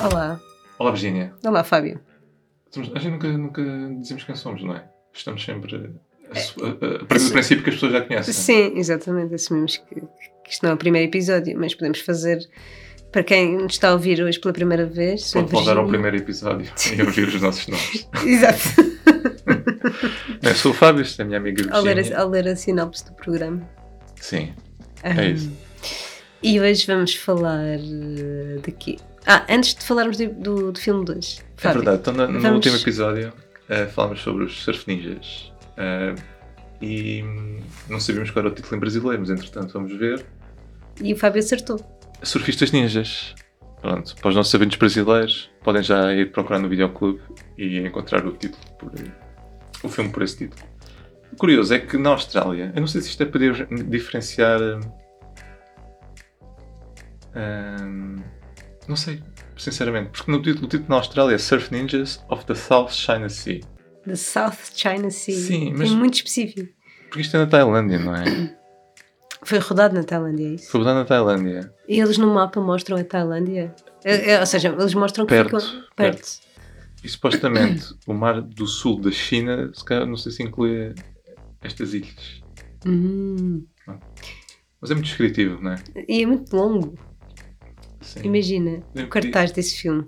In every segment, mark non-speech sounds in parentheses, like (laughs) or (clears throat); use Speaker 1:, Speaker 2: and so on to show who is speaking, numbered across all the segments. Speaker 1: Olá.
Speaker 2: Olá, Virginia.
Speaker 1: Olá, Fábio.
Speaker 2: Somos- a gente nunca, nunca dizemos quem somos, não é? Estamos sempre. A, su- a, a, a partir do princípio que as pessoas já conhecem.
Speaker 1: Sim, exatamente. Assumimos que, que isto não é o primeiro episódio, mas podemos fazer. Para quem nos está a ouvir hoje pela primeira vez, sou a
Speaker 2: Pode voltar ao
Speaker 1: Virgínia.
Speaker 2: primeiro episódio e ouvir os nossos nomes.
Speaker 1: (laughs) Exato.
Speaker 2: (laughs) Eu sou o Fábio, esta é a minha amiga
Speaker 1: Ao ler,
Speaker 2: Virginia.
Speaker 1: a, ao ler a sinopse do programa.
Speaker 2: Sim,
Speaker 1: Ah,
Speaker 2: é isso.
Speaker 1: E hoje vamos falar eh, de quê? Ah, antes de falarmos do, do, do filme 2.
Speaker 2: É verdade, então no, no
Speaker 1: vamos-
Speaker 2: último episódio eh, falámos sobre os surf ninjas eh, e hum, não sabíamos qual era o título em brasileiro, mas entretanto vamos ver.
Speaker 1: E o Fábio acertou.
Speaker 2: Surfistas ninjas. Pronto, para os nossos ouvintes brasileiros, podem já ir procurar no videoclube e encontrar o título, por, o filme por esse título. O curioso é que na Austrália, eu não sei se isto é para di- diferenciar. hum, hum, não sei, sinceramente, porque no título, o título na Austrália é Surf Ninjas of the South China Sea.
Speaker 1: The South China Sea.
Speaker 2: Sim,
Speaker 1: Foi
Speaker 2: mas-
Speaker 1: muito específico.
Speaker 2: Porque isto é na Tailândia, não é?
Speaker 1: Foi rodado na Tailândia, é isso?
Speaker 2: Foi lá na Tailândia.
Speaker 1: E eles no mapa mostram a Tailândia? É- é- ou seja, eles mostram que
Speaker 2: Perto,
Speaker 1: ficam perto.
Speaker 2: perto. E supostamente o mar do sul da China, se calhar, não sei se inclui estas ilhas.
Speaker 1: Hum.
Speaker 2: Mas é muito descritivo, não é?
Speaker 1: E é muito longo.
Speaker 2: Sim.
Speaker 1: Imagina
Speaker 2: Eu-
Speaker 1: o cartaz desse filme.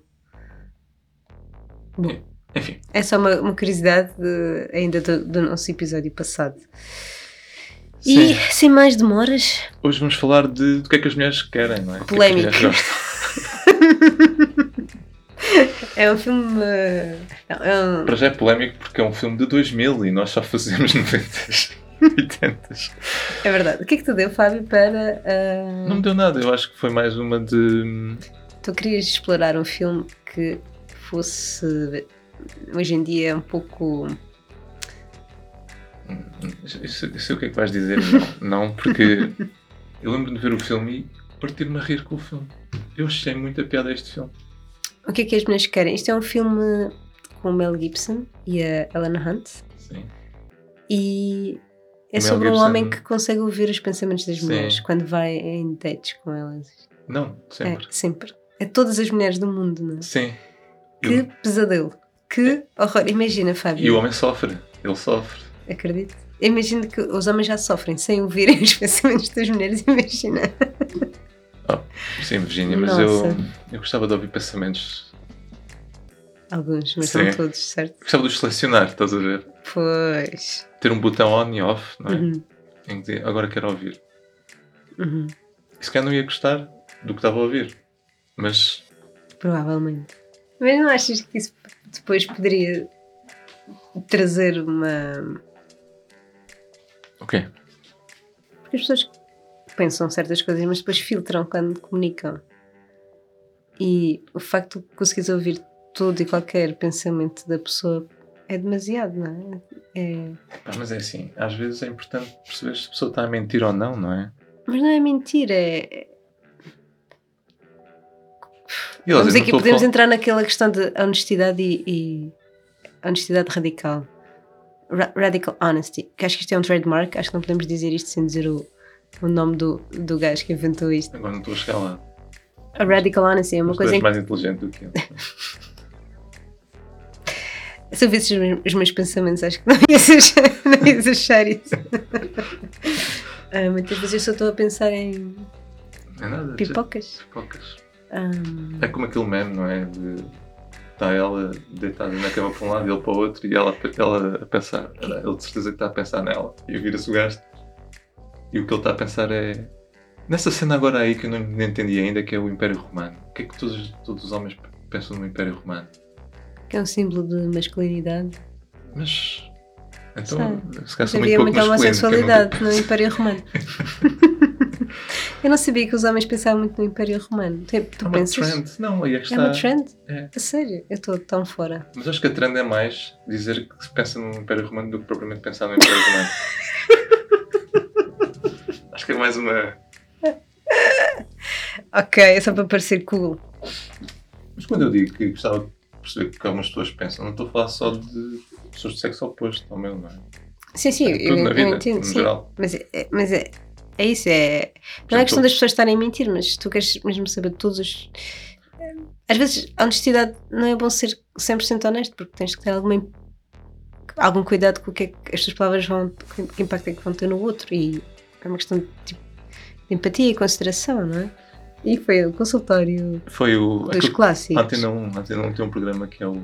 Speaker 1: Bom,
Speaker 2: Enfim,
Speaker 1: é só uma, uma curiosidade de- ainda do, do nosso episódio passado. E
Speaker 2: Sim.
Speaker 1: sem mais demoras,
Speaker 2: hoje vamos falar de do que é que as mulheres querem, não é? O que é que as
Speaker 1: Polémica.
Speaker 2: mulheres
Speaker 1: (laughs)
Speaker 2: gostam.
Speaker 1: é um filme. eh, não, é um-
Speaker 2: Para já é polémico porque é um filme de 2000 e nós só fazemos (laughs) 90s, 80s.
Speaker 1: é verdade. O que é que tu deu, Fábio, para. ah,
Speaker 2: Não me deu nada, eu acho que foi mais uma de. hum,
Speaker 1: Tu querias explorar um filme que fosse hoje em dia um pouco.
Speaker 2: Eu sei, eu sei o que é que vais dizer, não, não porque eu lembro-me de ver o filme e partir-me a rir com o filme. Eu achei muita piada a este filme.
Speaker 1: O que é que as mulheres querem? Isto é um filme com o Mel Gibson e a Ellen Hunt
Speaker 2: Sim.
Speaker 1: e é
Speaker 2: O Mel
Speaker 1: sobre um
Speaker 2: Gibson-
Speaker 1: homem que consegue ouvir os pensamentos das
Speaker 2: Sim.
Speaker 1: mulheres quando vai em dates com elas.
Speaker 2: Não, sempre.
Speaker 1: É, sempre. É todas as mulheres do mundo, não é?
Speaker 2: Sim.
Speaker 1: Que pesadelo. Que horror. Imagina, Fábio.
Speaker 2: E o homem sofre, ele sofre.
Speaker 1: Acredito. Imagino que os homens já sofrem sem ouvirem (laughs) os pensamentos das mulheres. Imagina.
Speaker 2: Sim, Virginia, mas
Speaker 1: Nossa.
Speaker 2: eu, eu gostava de ouvir pensamentos.
Speaker 1: Alguns, mas
Speaker 2: Sim.
Speaker 1: não todos, certo?
Speaker 2: Gostava de os selecionar, estás a ver?
Speaker 1: Pois.
Speaker 2: Ter um botão on e off, não é?
Speaker 1: Uhum,
Speaker 2: Em que dizer, agora quero ouvir.
Speaker 1: uhum.
Speaker 2: E se calhar não ia gostar do que estava a ouvir. Mas
Speaker 1: Provavelmente. Mas não achas que isso depois poderia trazer uma.
Speaker 2: o quê?
Speaker 1: Porque as pessoas pensam certas coisas, mas depois filtram quando comunicam. E o facto de conseguires ouvir todo e qualquer pensamento da pessoa é demasiado, não é? É-
Speaker 2: Pá, mas é assim, às vezes é importante perceber se a pessoa está a mentir ou não, não é?
Speaker 1: Mas não é mentira, é.
Speaker 2: E elas
Speaker 1: Vamos
Speaker 2: dizem,
Speaker 1: aqui,
Speaker 2: "Não estou a
Speaker 1: podemos
Speaker 2: falar-"
Speaker 1: entrar naquela questão de honestidade e, e honestidade radical. Ra- radical honesty. Que acho que isto é um trademark, acho que não podemos dizer isto sem dizer o, o nome do, do gajo que inventou isto.
Speaker 2: Agora não estou a chegar lá.
Speaker 1: A radical honesty é uma
Speaker 2: Mas tu
Speaker 1: coisa
Speaker 2: és
Speaker 1: em que
Speaker 2: mais inteligente do que eu.
Speaker 1: se eu visse os meus, os meus pensamentos, acho que (laughs) não ia achar, não ias achar isso. Ah, muitas vezes eu só estou a pensar em
Speaker 2: É nada.
Speaker 1: pipocas.
Speaker 2: Pipocas.
Speaker 1: Ah,
Speaker 2: É como aquele meme, não é? De está ela deitada na cama para um lado e ele para o outro e ela, ela a pensar, ele de certeza que está a pensar nela. E vira-se o gajo. E o que ele está a pensar é. Nessa cena agora aí que eu não não entendi ainda, que é o Império Romano. O que é que todos, todos os homens pensam no Império Romano?
Speaker 1: que é um símbolo de masculinidade.
Speaker 2: Mas. Então, se calhar
Speaker 1: Mas
Speaker 2: sou
Speaker 1: havia
Speaker 2: muito pouco
Speaker 1: muita
Speaker 2: masculino. que é eu nunca-
Speaker 1: homossexualidade é? no Império Romano. eu não sabia que os homens pensavam muito no Império Romano. Tu, tu
Speaker 2: É uma
Speaker 1: pensas?
Speaker 2: trend. Não, aí é que
Speaker 1: É
Speaker 2: está.
Speaker 1: uma trend?
Speaker 2: É.
Speaker 1: A sério? Eu estou tão fora.
Speaker 2: Mas acho que a trend é mais dizer que se pensa no Império Romano do que propriamente pensar no Império Romano. (laughs) acho que é mais uma.
Speaker 1: Ok, é só para parecer cool.
Speaker 2: Mas quando eu digo que gostava de perceber o que algumas pessoas pensam, não estou a falar só de pessoas de sexo oposto ao meu, não é?
Speaker 1: Sim, sim,
Speaker 2: É
Speaker 1: eu,
Speaker 2: tudo na
Speaker 1: eu
Speaker 2: vida,
Speaker 1: entendo.
Speaker 2: no
Speaker 1: sim.
Speaker 2: geral.
Speaker 1: Mas, é, mas é, é isso, é. Não é
Speaker 2: Portanto,
Speaker 1: questão das pessoas estarem a mentir, mas tu queres mesmo saber de todos os. Às vezes, a honestidade não é bom ser 100% honesto, porque tens que ter alguma, im- algum cuidado com o que é que as tuas palavras vão, que impacto é que vão ter no outro. E é uma questão de, tipo, de empatia e consideração, não é? E foi o consultório
Speaker 2: Foi o.
Speaker 1: dos
Speaker 2: aquilo-
Speaker 1: clássicos.
Speaker 2: Ontem não, ontem não tem um programa que é o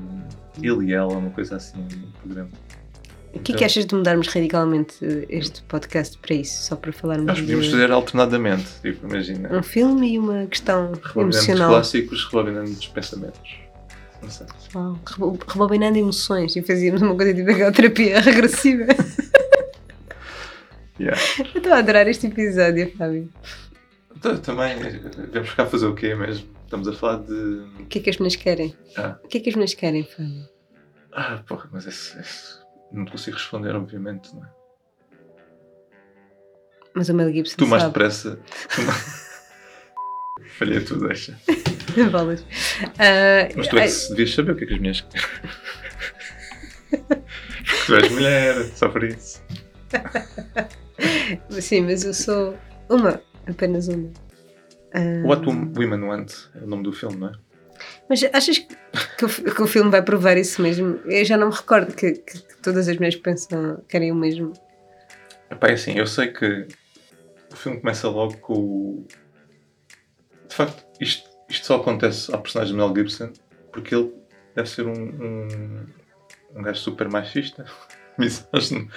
Speaker 2: Ele e Ela, uma coisa assim, um programa.
Speaker 1: O que é que achas de mudarmos radicalmente este podcast para isso? Só para falarmos
Speaker 2: Nós podíamos
Speaker 1: de
Speaker 2: fazer alternadamente, tipo, imagina.
Speaker 1: um filme e uma questão
Speaker 2: Rebobinando os
Speaker 1: emocional.
Speaker 2: clássicos, rebobinando os pensamentos. Não sei.
Speaker 1: Uau, rebo- Rebobinando emoções e fazíamos uma coisa tipo aquela terapia (laughs) regressiva.
Speaker 2: Yeah.
Speaker 1: Eu estou a adorar este episódio, Fábio.
Speaker 2: Então, também, eh, vamos cá fazer o quê mesmo? Estamos a falar de.
Speaker 1: O que é que as mulheres querem?
Speaker 2: Ah.
Speaker 1: O que é que as mulheres querem, Fábio?
Speaker 2: Ah, porra, mas esse, esse- Não te consigo responder, obviamente, não é?
Speaker 1: Mas o Mel Gibson
Speaker 2: Tu mais
Speaker 1: sabe.
Speaker 2: depressa. tu mais- Falhei a tu, deixa.
Speaker 1: (laughs) Bolas. Ah,
Speaker 2: Mas tu é
Speaker 1: ai,
Speaker 2: que se- devias saber o que é que as mulheres querem. Porque tu és mulher, só por isso.
Speaker 1: Sim, mas eu sou uma, apenas uma. Ah,
Speaker 2: What Women Want é o nome do filme, não é?
Speaker 1: Mas achas que que o, fi- que o filme vai provar isso mesmo? Eu já não me recordo que, que- que todas as mulheres pensam, querem o mesmo.
Speaker 2: Epá, é assim, eu sei que o filme começa logo com o... De facto, isto, isto só acontece ao personagem de Mel Gibson porque ele deve ser um, um, um gajo super machista, (laughs) misógino,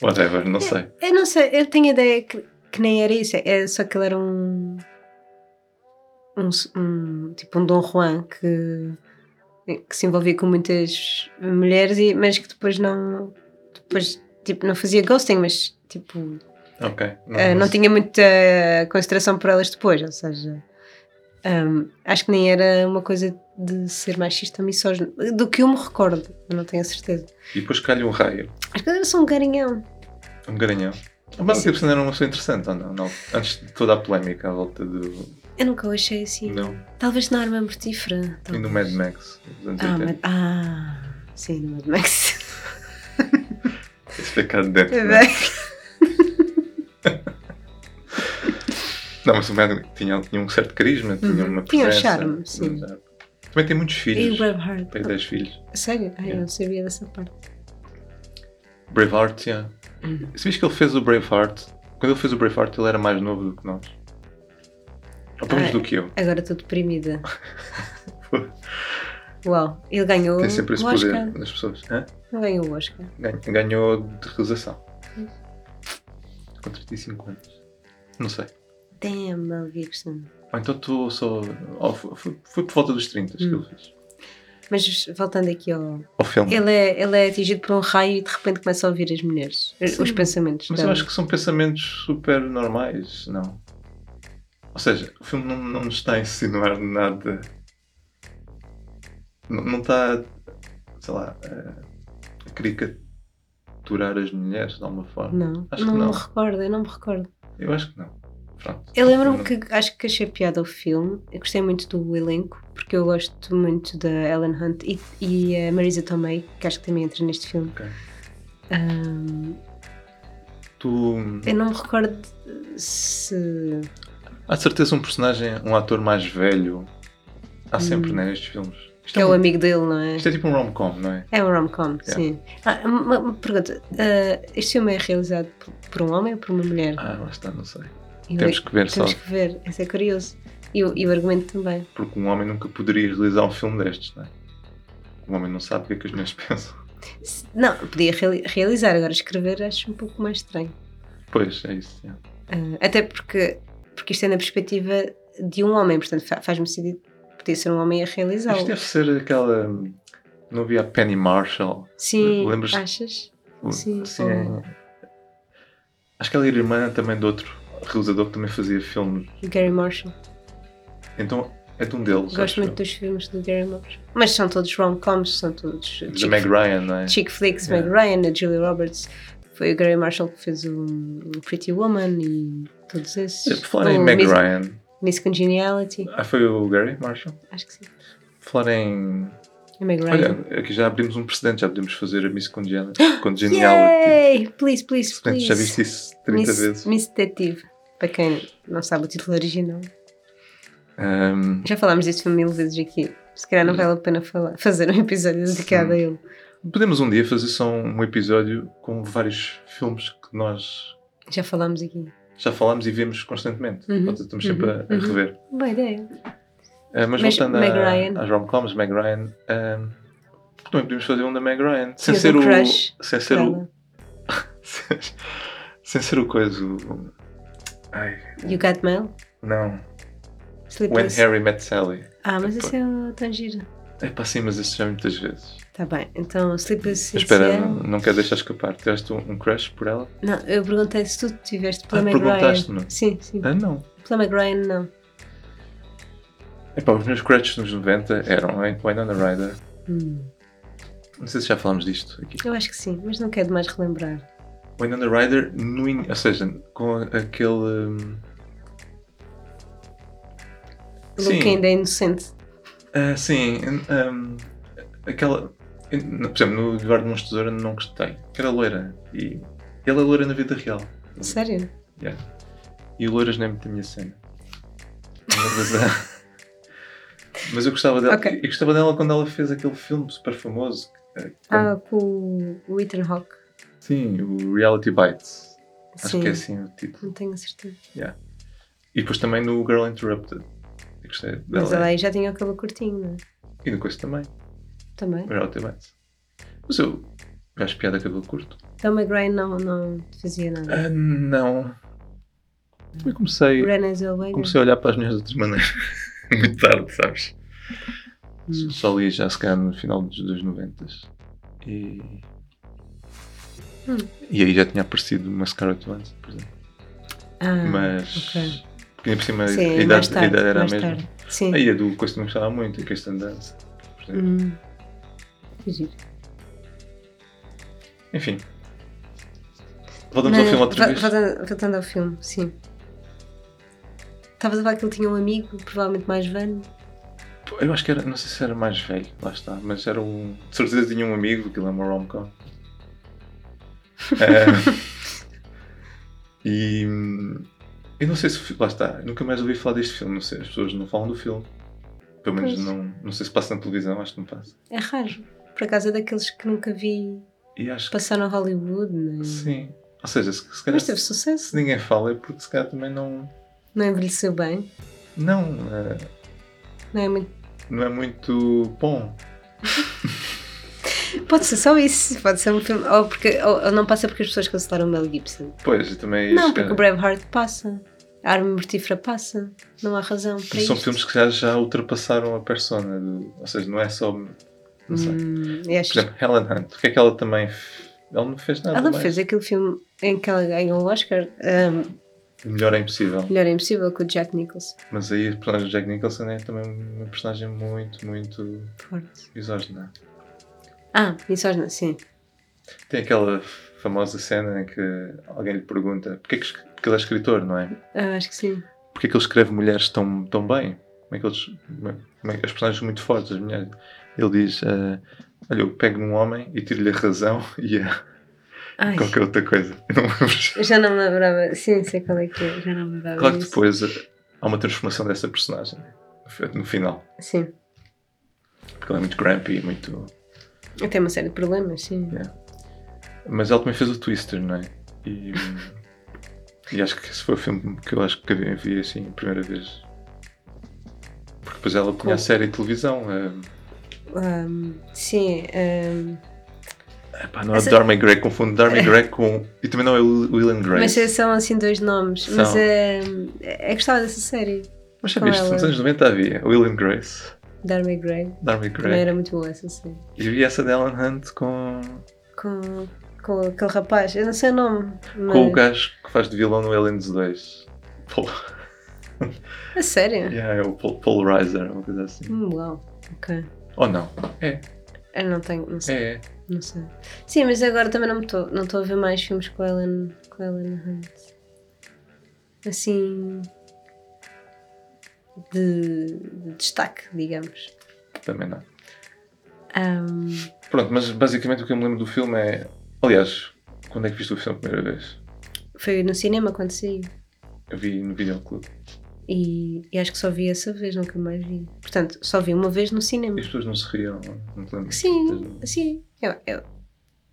Speaker 2: whatever, não sei.
Speaker 1: Eu não sei, eu tenho a ideia que, que nem era isso, é só que ele era um. um, s- um- tipo um Dom Juan que, que se envolvia com muitas mulheres, e, mas que depois não. depois tipo, não fazia ghosting, mas tipo.
Speaker 2: Ok.
Speaker 1: Ah, não
Speaker 2: mas-
Speaker 1: tinha muita consideração por elas depois, ou seja, hum, acho que nem era uma coisa de ser machista ou misógino, do que eu me recordo, eu não tenho a certeza.
Speaker 2: E depois calha um raio,
Speaker 1: Acho que era só um carinhão.
Speaker 2: um garanhão. O Mel Gibson era uma pessoa interessante, ou não, não? Antes de toda a polémica à volta do...
Speaker 1: Eu nunca o achei assim.
Speaker 2: Não.
Speaker 1: Talvez na arma mortífera.
Speaker 2: E no
Speaker 1: talvez.
Speaker 2: Mad Max, dos anos
Speaker 1: Ah,
Speaker 2: 80.
Speaker 1: Mad- ah, sim, no Mad
Speaker 2: (laughs)
Speaker 1: Max.
Speaker 2: Esse foi cá de dentro,
Speaker 1: É
Speaker 2: não é?
Speaker 1: bem.
Speaker 2: Não, mas o Mad tinha, tinha um certo carisma, tinha
Speaker 1: Uhum.
Speaker 2: uma
Speaker 1: Tinha um
Speaker 2: presença.
Speaker 1: charme, sim. um
Speaker 2: um charme. Também tem muitos
Speaker 1: E o
Speaker 2: filhos.
Speaker 1: Braveheart.
Speaker 2: Tem 10 filhos.
Speaker 1: Sério? Ai, eu
Speaker 2: é. Yeah.
Speaker 1: não sabia dessa parte.
Speaker 2: Braveheart, yeah.
Speaker 1: Uhum.
Speaker 2: Sabias que ele fez o Braveheart? Quando ele fez o Braveheart, ele era mais novo do que nós. Ou pelo menos
Speaker 1: Ah,
Speaker 2: do que eu. (laughs)
Speaker 1: Agora estou deprimida. Uau, ele ganhou
Speaker 2: Tem sempre esse
Speaker 1: o
Speaker 2: poder
Speaker 1: Oscar.
Speaker 2: nas pessoas. Hã?
Speaker 1: Não ganhou o Oscar.
Speaker 2: Gan- Ganhou de realização. Com 35 anos. Não sei.
Speaker 1: Damn, Mel Gibson.
Speaker 2: Ou então tu só. ou foi, foi- foi por volta dos 30 que
Speaker 1: Hum.
Speaker 2: ele fez.
Speaker 1: Mas voltando aqui ao.
Speaker 2: Ao filme.
Speaker 1: Ele é, ele é atingido por um raio e de repente começa a ouvir as mulheres, eh, os
Speaker 2: Sim.
Speaker 1: pensamentos.
Speaker 2: Mas eu
Speaker 1: delas.
Speaker 2: acho que são pensamentos super normais, não? Ou seja, o filme não, não nos está a insinuar nada. Não, não está, sei lá, a, a caricaturar as mulheres de alguma forma.
Speaker 1: Não,
Speaker 2: Acho
Speaker 1: não,
Speaker 2: que não.
Speaker 1: me recordo, eu não me recordo.
Speaker 2: Eu acho que não. Pronto.
Speaker 1: Eu lembro-me
Speaker 2: Não.
Speaker 1: que acho que achei piada ao filme, eu gostei muito do elenco, porque eu gosto muito da Ellen Hunt e, e a Marisa Tomei, que acho que também entra neste filme.
Speaker 2: Ok.
Speaker 1: Ahm,
Speaker 2: Tu.
Speaker 1: eu não me recordo se.
Speaker 2: Há de certeza um personagem, um ator mais velho. Há sempre, né? Nestes filmes. Isto
Speaker 1: Hum. que é o
Speaker 2: um-
Speaker 1: amigo dele, não é?
Speaker 2: Isto é tipo um rom-com, não é?
Speaker 1: É um rom-com,
Speaker 2: Yeah.
Speaker 1: sim. Ah, uma, uma pergunta: ah, este filme é realizado por, por um homem ou por uma mulher?
Speaker 2: Ah, lá está, não sei.
Speaker 1: Eu-
Speaker 2: Temos que ver
Speaker 1: Temos
Speaker 2: só.
Speaker 1: que ver, isso é curioso. E, o- e o argumento também.
Speaker 2: Porque um homem nunca poderia realizar um filme destes, não é? Um homem não sabe o que é que as mulheres (laughs) pensam.
Speaker 1: Se- Não, podia reali- realizar, agora escrever acho um pouco mais estranho.
Speaker 2: Pois, é isso. é.
Speaker 1: Ah, até porque, porque isto é na perspectiva de um homem, portanto fa- faz-me sentido podia ser um homem a realizá-lo.
Speaker 2: Isto é- deve ser aquela. Não havia a Penny Marshall?
Speaker 1: Sim,
Speaker 2: lembras-
Speaker 1: achas?
Speaker 2: O-
Speaker 1: Sim.
Speaker 2: é. Acho que ela era irmã também de outro realizador que também fazia filmes.
Speaker 1: O Gary Marshall.
Speaker 2: Então é de um deles.
Speaker 1: Gosto muito dos filmes do Gary Marshall. Mas são todos rom-coms, são todos
Speaker 2: Da
Speaker 1: chick-
Speaker 2: Meg Ryan, não é?
Speaker 1: chick flicks,
Speaker 2: Yeah.
Speaker 1: Meg Ryan, a Julia Roberts. Foi o Gary Marshall que fez o Pretty Woman e todos esses.
Speaker 2: É, Por falar em
Speaker 1: O
Speaker 2: Meg
Speaker 1: Miss,
Speaker 2: Ryan.
Speaker 1: Miss Congeniality,
Speaker 2: Ah, foi o Gary Marshall?
Speaker 1: acho que sim.
Speaker 2: Por falar em.
Speaker 1: É Meg
Speaker 2: Olha,
Speaker 1: Ryan.
Speaker 2: aqui já abrimos um precedente, já podemos fazer a Miss Congenial- Congeniality.
Speaker 1: Ah, Yay! Please, please,
Speaker 2: Portanto,
Speaker 1: please.
Speaker 2: já viste isso 30
Speaker 1: Miss,
Speaker 2: vezes.
Speaker 1: Miss Detetive. Para quem não sabe o título original.
Speaker 2: Ahm,
Speaker 1: Já falámos desse filme mil vezes aqui. Se calhar não
Speaker 2: Hum.
Speaker 1: vale a pena falar, fazer um episódio dedicado a ele.
Speaker 2: Podemos um dia fazer só um episódio com vários filmes que nós
Speaker 1: Já falámos aqui.
Speaker 2: já falámos e vemos constantemente.
Speaker 1: Uhum.
Speaker 2: Portanto, estamos sempre a, a
Speaker 1: Uhum.
Speaker 2: rever.
Speaker 1: Boa ideia.
Speaker 2: Ah, mas,
Speaker 1: Mas
Speaker 2: voltando
Speaker 1: Meg
Speaker 2: a-
Speaker 1: Ryan.
Speaker 2: às rom-coms, Meg Ryan, ah, também podemos fazer um da Meg Ryan. Sem
Speaker 1: Sim,
Speaker 2: ser
Speaker 1: do
Speaker 2: o.
Speaker 1: crush
Speaker 2: Sem ser o.
Speaker 1: Ela,
Speaker 2: (laughs) sem ser o coisa. o- Ai,
Speaker 1: You Got Mail?
Speaker 2: não. When
Speaker 1: Sleepless.
Speaker 2: Harry Met Sally.
Speaker 1: Ah, mas esse é o tão giro.
Speaker 2: É pá, sim, mas isso já muitas vezes.
Speaker 1: Tá bem, então Sleepless. in
Speaker 2: Mas espera,
Speaker 1: Seattle.
Speaker 2: não, não quero deixar escapar. Tiveste um, um crush por ela?
Speaker 1: Não, eu perguntei se tu tiveste pela
Speaker 2: Ah,
Speaker 1: Meg Ryan.
Speaker 2: perguntaste-me?
Speaker 1: Sim, sim.
Speaker 2: Ah, não.
Speaker 1: Pela Meg Ryan, não.
Speaker 2: É pá, os meus crushes nos 90 eram Wayne Winona Ryder. Hum. Não sei se já falámos disto aqui.
Speaker 1: Eu acho que sim, mas não quero mais relembrar.
Speaker 2: Winona Ryder no in... Ou seja, com aquele... hum,
Speaker 1: Luke ainda é inocente.
Speaker 2: Ah, sim, hum, aquela. Por exemplo, no Eduardo Mons Tesoura não gostei, que era loira. E ele é loira na vida real.
Speaker 1: Sério?
Speaker 2: Yeah. E o loiras não é muito a minha cena. Uma razão.
Speaker 1: (laughs)
Speaker 2: Mas eu gostava dela.
Speaker 1: Ok.
Speaker 2: Eu gostava dela quando ela fez aquele filme super famoso. eh, com-
Speaker 1: Ah, com o Ethan Hawke.
Speaker 2: Sim, o Reality Bites. Acho
Speaker 1: Sim,
Speaker 2: que é assim o título.
Speaker 1: não tenho certeza.
Speaker 2: E depois também no Girl Interrupted. Eu gostei
Speaker 1: Mas
Speaker 2: dela.
Speaker 1: ela é aí já tinha o cabelo curtinho, não é?
Speaker 2: E no coisa também,
Speaker 1: Também.
Speaker 2: o Reality Bites. Mas eu eu acho piada cabelo curto.
Speaker 1: Então Meg Ryan não, não fazia nada.
Speaker 2: Ah, não. Eu comecei,
Speaker 1: Renée Zellweger?
Speaker 2: comecei a olhar para as mulheres de outras maneiras. (laughs) Muito tarde, sabes?
Speaker 1: Hum.
Speaker 2: Só li já se calhar no final dos, dos 90 e...
Speaker 1: Hum.
Speaker 2: e aí já tinha aparecido uma Scarlett Johansson, por exemplo.
Speaker 1: Ah,
Speaker 2: Mas.
Speaker 1: ok.
Speaker 2: Porque ainda por cima
Speaker 1: Sim,
Speaker 2: a,
Speaker 1: mais
Speaker 2: idade,
Speaker 1: tarde,
Speaker 2: a idade era a
Speaker 1: mais
Speaker 2: mesma.
Speaker 1: tarde. Sim.
Speaker 2: Aí a do Coisa também gostava muito, a Kristen Dance.
Speaker 1: Hum. Que Hum. giro.
Speaker 2: Enfim. Voltamos
Speaker 1: Hum.
Speaker 2: ao
Speaker 1: Mas,
Speaker 2: filme outra
Speaker 1: vo-
Speaker 2: vez.
Speaker 1: Voltando, voltando ao filme, sim. Estavas a falar que ele tinha um amigo, provavelmente mais velho.
Speaker 2: Eu acho que era, não sei se era mais velho, lá está, mas era um. De certeza tinha um amigo, aquilo é uma
Speaker 1: (laughs)
Speaker 2: rom-com. Eh, e. hum, Eu não sei se. Lá está, nunca mais ouvi falar deste filme, não sei, as pessoas não falam do filme. Pelo menos
Speaker 1: Pois.
Speaker 2: não, não sei se passa na televisão, acho que não passa.
Speaker 1: É raro. Por acaso é daqueles que nunca vi
Speaker 2: E acho que.
Speaker 1: passar no Hollywood, né?
Speaker 2: Sim. Ou seja, se, se calhar.
Speaker 1: Mas teve
Speaker 2: Se,
Speaker 1: sucesso.
Speaker 2: ninguém fala é porque se calhar também não.
Speaker 1: Não envelheceu bem.
Speaker 2: Não, eh,
Speaker 1: Não é muito...
Speaker 2: não é muito bom.
Speaker 1: Pode ser só isso. Pode ser um filme. Ou, porque, ou, ou não passa porque as pessoas cancelaram o Mel Gibson.
Speaker 2: Pois, eu também.
Speaker 1: não,
Speaker 2: acho que
Speaker 1: porque o Braveheart passa. A Arma Mortífera passa. Não há razão para
Speaker 2: São
Speaker 1: isto.
Speaker 2: filmes que já, já ultrapassaram a persona. do- ou seja, não é só. Não sei.
Speaker 1: Hum, eu acho
Speaker 2: Por exemplo, Helen Hunt. O que é que ela também. f- Ela não fez nada.
Speaker 1: Ela
Speaker 2: mais.
Speaker 1: fez aquele filme em que ela ganhou o Oscar, um,
Speaker 2: Melhor é impossível.
Speaker 1: Melhor é Impossível, com o Jack Nicholson.
Speaker 2: Mas aí a personagem do Jack Nicholson é também uma personagem muito, muito
Speaker 1: Forte.
Speaker 2: misógina.
Speaker 1: Ah, Misógina, sim.
Speaker 2: Tem aquela famosa cena em que alguém lhe pergunta porque é que es- porque ele é escritor, não é?
Speaker 1: Ah, acho que sim.
Speaker 2: Porque é que ele escreve mulheres tão, tão bem? Como é que eles. Como é- como é que- as personagens são muito fortes, as mulheres. Ele diz: ah, Olha, eu pego num homem e tiro-lhe a razão (laughs) e a
Speaker 1: Ai,
Speaker 2: qualquer outra coisa. Eu não lembro.
Speaker 1: eu já não me lembrava. Sim, sei qual é que é. Já não me lembrava.
Speaker 2: Claro que
Speaker 1: disso.
Speaker 2: depois eh, há uma transformação dessa personagem né? no final,
Speaker 1: Sim.
Speaker 2: porque ela é muito grumpy, muito.
Speaker 1: Tem uma série de problemas, sim.
Speaker 2: Mas ela também fez o Twister, não é? E, hum, e acho que esse foi o filme que eu acho que vi, vi assim a primeira vez. Porque depois ela tinha
Speaker 1: Cool.
Speaker 2: a série de televisão, eh,
Speaker 1: Um, sim. um,
Speaker 2: epá, não é
Speaker 1: Essa- É.
Speaker 2: Darmy Gray, confundo Darmy Gray com. E também não é o Will and Grace.
Speaker 1: mas são assim dois nomes.
Speaker 2: São.
Speaker 1: Mas um, é, é gostava dessa série.
Speaker 2: Mas já
Speaker 1: com
Speaker 2: viste,
Speaker 1: ela.
Speaker 2: nos anos 90 havia Will and Grace,
Speaker 1: Dharma Gray.
Speaker 2: Darmy
Speaker 1: Também
Speaker 2: Gray.
Speaker 1: era muito boa essa série.
Speaker 2: E vi essa de Ellen Hunt com,
Speaker 1: Com, com aquele rapaz. Eu não sei o nome. Mas...
Speaker 2: com o gajo que faz de vilão no Aliens 2. Pô.
Speaker 1: A sério?
Speaker 2: Yeah, é o pol- Polarizer, uma coisa assim.
Speaker 1: Hum, uau. Ok.
Speaker 2: Ou não? É,
Speaker 1: Eu não tenho. Não sei.
Speaker 2: é, é.
Speaker 1: Não sei. Sim, mas agora também não estou não estou a ver mais filmes com Ellen, com Ellen Hunt. Assim. De, de destaque, digamos.
Speaker 2: Também não.
Speaker 1: Ahm,
Speaker 2: Pronto, mas basicamente o que eu me lembro do filme é. Aliás, quando é que viste o filme a primeira vez?
Speaker 1: foi no cinema quando saiu.
Speaker 2: Eu vi no videoclube.
Speaker 1: E, e acho que só vi essa vez, nunca mais vi. Portanto, só vi uma vez no cinema.
Speaker 2: E as pessoas não se riam, não te lembro.
Speaker 1: Sim, sim. Eu, eu,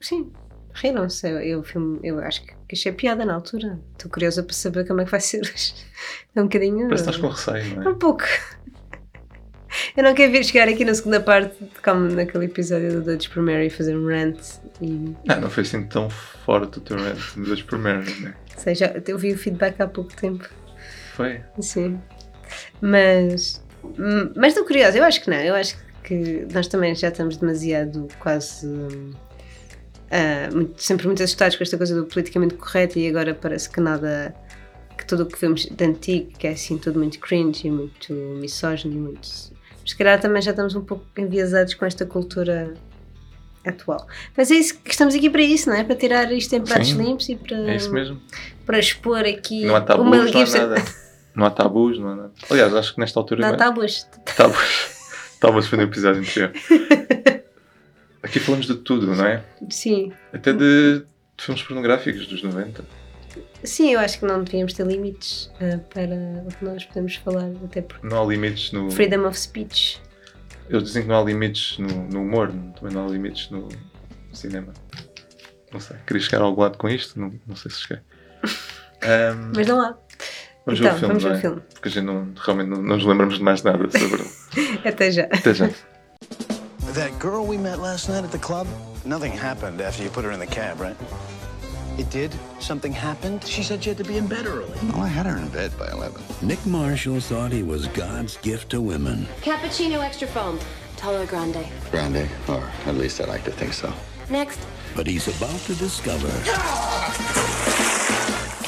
Speaker 1: sim, riram-se. Eu, eu, filme- eu acho que achei piada na altura. Estou curiosa para saber como é que vai ser hoje. (laughs) É um bocadinho.
Speaker 2: Parece que estás com receio, não é?
Speaker 1: Um pouco. (laughs) Eu não quero vir chegar aqui na segunda parte, como naquele episódio do Dutch por Mary, fazer um rant. E,
Speaker 2: Ah, não foi assim tão fora do teu rant de dois primeiros, né?
Speaker 1: ou seja, eu vi o feedback há pouco tempo.
Speaker 2: Foi.
Speaker 1: Sim. Mas. Mas estou curiosa, eu acho que não. Eu acho que nós também já estamos demasiado quase. hum, ah, muito- sempre muito assustados com esta coisa do politicamente correto e agora parece que nada. que tudo o que vemos de antigo, que é assim tudo muito cringe e muito misógino e muito. Mas se calhar também já estamos um pouco enviesados com esta cultura atual. Mas é isso que estamos aqui para isso, não é? Para tirar isto em pratos
Speaker 2: Sim.
Speaker 1: limpos e para,
Speaker 2: É isso mesmo.
Speaker 1: para expor aqui
Speaker 2: Não há
Speaker 1: o Mel
Speaker 2: tabus, não há
Speaker 1: Gibson.
Speaker 2: nada. Não há tabus, não há nada. Aliás, acho que nesta altura.
Speaker 1: Não há
Speaker 2: vai-
Speaker 1: tábuas.
Speaker 2: Tabus. Tabus foi no
Speaker 1: (laughs)
Speaker 2: episódio anterior. Aqui falamos de tudo, não é?
Speaker 1: Sim.
Speaker 2: Até de, de filmes pornográficos dos 90.
Speaker 1: Sim, eu acho que não devíamos ter limites ah, para o que nós podemos falar, até porque
Speaker 2: Não há limites no.
Speaker 1: freedom of speech.
Speaker 2: Eles dizem que não há limites no, no humor, também não há limites no cinema. Não sei. Queria chegar a algum lado com isto? Não, não sei se cheguei.
Speaker 1: (laughs)
Speaker 2: Ahm,
Speaker 1: Mas não há.
Speaker 2: vamos ver
Speaker 1: então,
Speaker 2: o filme,
Speaker 1: vamos
Speaker 2: não
Speaker 1: ver
Speaker 2: é?
Speaker 1: o filme.
Speaker 2: Porque a gente não, realmente não, não nos lembramos de mais nada
Speaker 1: (laughs)
Speaker 2: sobre.
Speaker 1: Até já.
Speaker 2: Até já.
Speaker 3: That girl we met last night at the club? Nothing happened after you put her in the cab, right? It did? Something happened? She said she had to be in bed early. Well, I had her in bed by 11.
Speaker 4: Nick Marshall thought he was God's gift to women.
Speaker 5: Cappuccino extra foam. Tolo Grande.
Speaker 3: Grande, or at least I like to think so.
Speaker 5: Next.
Speaker 4: But he's about to discover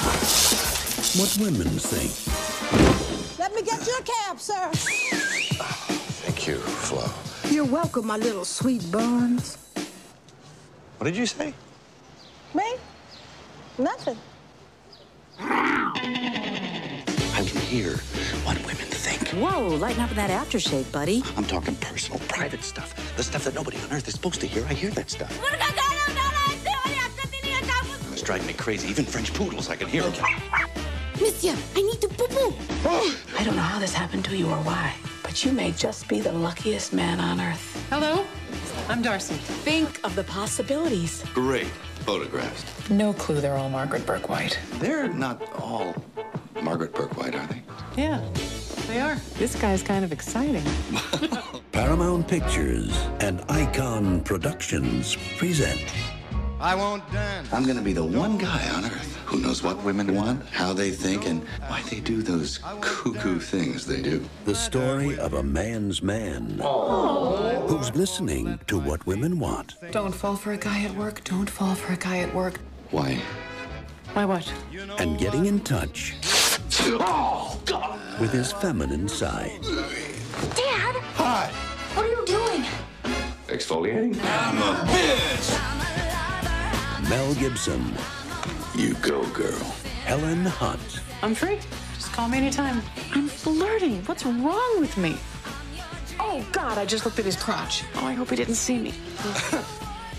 Speaker 4: what women think
Speaker 6: Let me get your cab, sir.
Speaker 3: Thank you, Flo.
Speaker 6: You're welcome, my little sweet buns.
Speaker 3: What did you say?
Speaker 6: Me? Nothing.
Speaker 7: I can hear what women think.
Speaker 8: Whoa, lighten up in that aftershave, buddy.
Speaker 7: I'm talking personal, private stuff. The stuff that nobody on earth is supposed to hear. I hear that stuff. It's driving me crazy. Even French poodles, I can hear them.
Speaker 5: Monsieur, I need to poo poo.
Speaker 9: I don't know how this happened to you or why, but you may just be the luckiest man on earth.
Speaker 8: Hello, I'm Darcy.
Speaker 9: Think of the possibilities.
Speaker 7: Great photographs.
Speaker 9: No clue they're all Margaret Burke White.
Speaker 7: They're not all Margaret Burke White, are they?
Speaker 9: Yeah, they are. This guy's kind of exciting.
Speaker 4: Paramount Pictures and Icon Productions present
Speaker 3: I won't dance.
Speaker 7: I'm gonna be the one guy on earth who knows what women want, how they think, and why they do those cuckoo things they do.
Speaker 4: the story of a man's man who's listening to what women want.
Speaker 9: Don't fall for a guy at work. Don't fall for a guy at work.
Speaker 7: (laughs) Why?
Speaker 9: Why what?
Speaker 4: and getting in touch
Speaker 7: Oh,
Speaker 4: with his feminine side.
Speaker 5: Dad,
Speaker 7: Hi!
Speaker 5: what are you doing?
Speaker 7: Exfoliating? I'm a bitch!
Speaker 4: Mel Gibson,
Speaker 7: You go, girl.
Speaker 4: Helen Hunt,
Speaker 9: I'm free. Just call me anytime. I'm flirting. What's wrong with me? Oh God, I just looked at his crotch. Oh, I hope he didn't see me.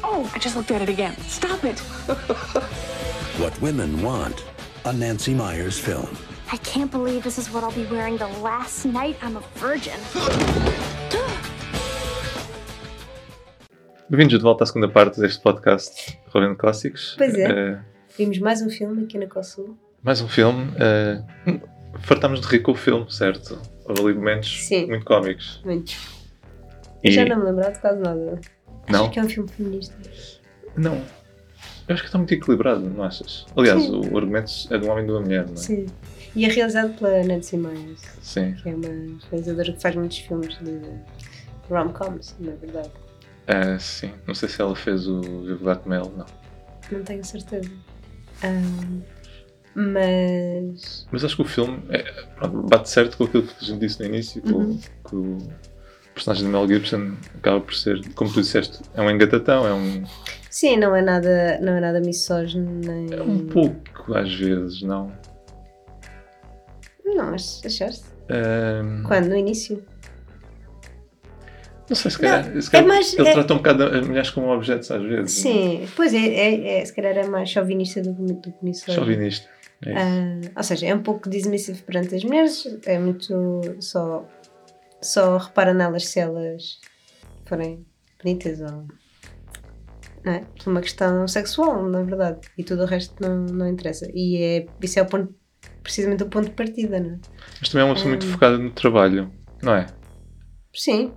Speaker 9: oh, I just looked at it again. Stop it.
Speaker 4: What Women Want, a Nancy Myers film.
Speaker 5: I can't believe this is what I'll be wearing the last night I'm a virgin.
Speaker 2: Bem-vindos de volta à segunda parte deste podcast Rolando Clássicos.
Speaker 1: Pois é.
Speaker 2: Eh,
Speaker 1: Vimos mais um filme aqui na Cossul.
Speaker 2: mais um filme. eh, fartámos de rir com o filme, certo? Houve ali momentos
Speaker 1: Sim.
Speaker 2: muito cómicos.
Speaker 1: Muito.
Speaker 2: E-
Speaker 1: Eu já não me lembro de quase nada.
Speaker 2: Não?
Speaker 1: Acho que é um filme feminista.
Speaker 2: Não. Eu acho que está muito equilibrado, não achas? Aliás, o argumento é de um homem e de uma mulher, não é?
Speaker 1: Sim. E é realizado pela Nancy Myers,
Speaker 2: Sim.
Speaker 1: que é uma realizadora que faz muitos filmes de rom-coms, na verdade.
Speaker 2: Ah, sim. Não sei se ela fez o Vivo Gato Mel, não.
Speaker 1: Não tenho certeza. Ah, mas.
Speaker 2: Mas acho que o filme é- pronto, bate certo com aquilo que a gente disse no início, com,
Speaker 1: Uhum.
Speaker 2: que o personagem de Mel Gibson acaba por ser, como tu disseste, é um engatatão, é um,
Speaker 1: Sim, não é nada, não é nada misógino nem.
Speaker 2: é um pouco às vezes, não?
Speaker 1: Não, ach- achaste?
Speaker 2: Ahm,
Speaker 1: Quando? No início?
Speaker 2: não sei, se calhar,
Speaker 1: Não,
Speaker 2: se calhar
Speaker 1: é mais-
Speaker 2: ele
Speaker 1: é-
Speaker 2: trata um bocado as mulheres como objetos às vezes.
Speaker 1: Sim. Pois é, é, é, se calhar era mais chauvinista do que do que
Speaker 2: não é?
Speaker 1: misógino.
Speaker 2: Chauvinista. É
Speaker 1: Ah, ou seja, é um pouco dismissivo perante as mulheres, é muito só, só repara nelas se elas forem bonitas ou. Não é? Por uma questão sexual, na verdade, e tudo o resto não, não interessa. E é, isso é o ponto, precisamente o ponto de partida, não é?
Speaker 2: Mas também é uma pessoa
Speaker 1: ah.
Speaker 2: muito focada no trabalho, não é?
Speaker 1: Sim,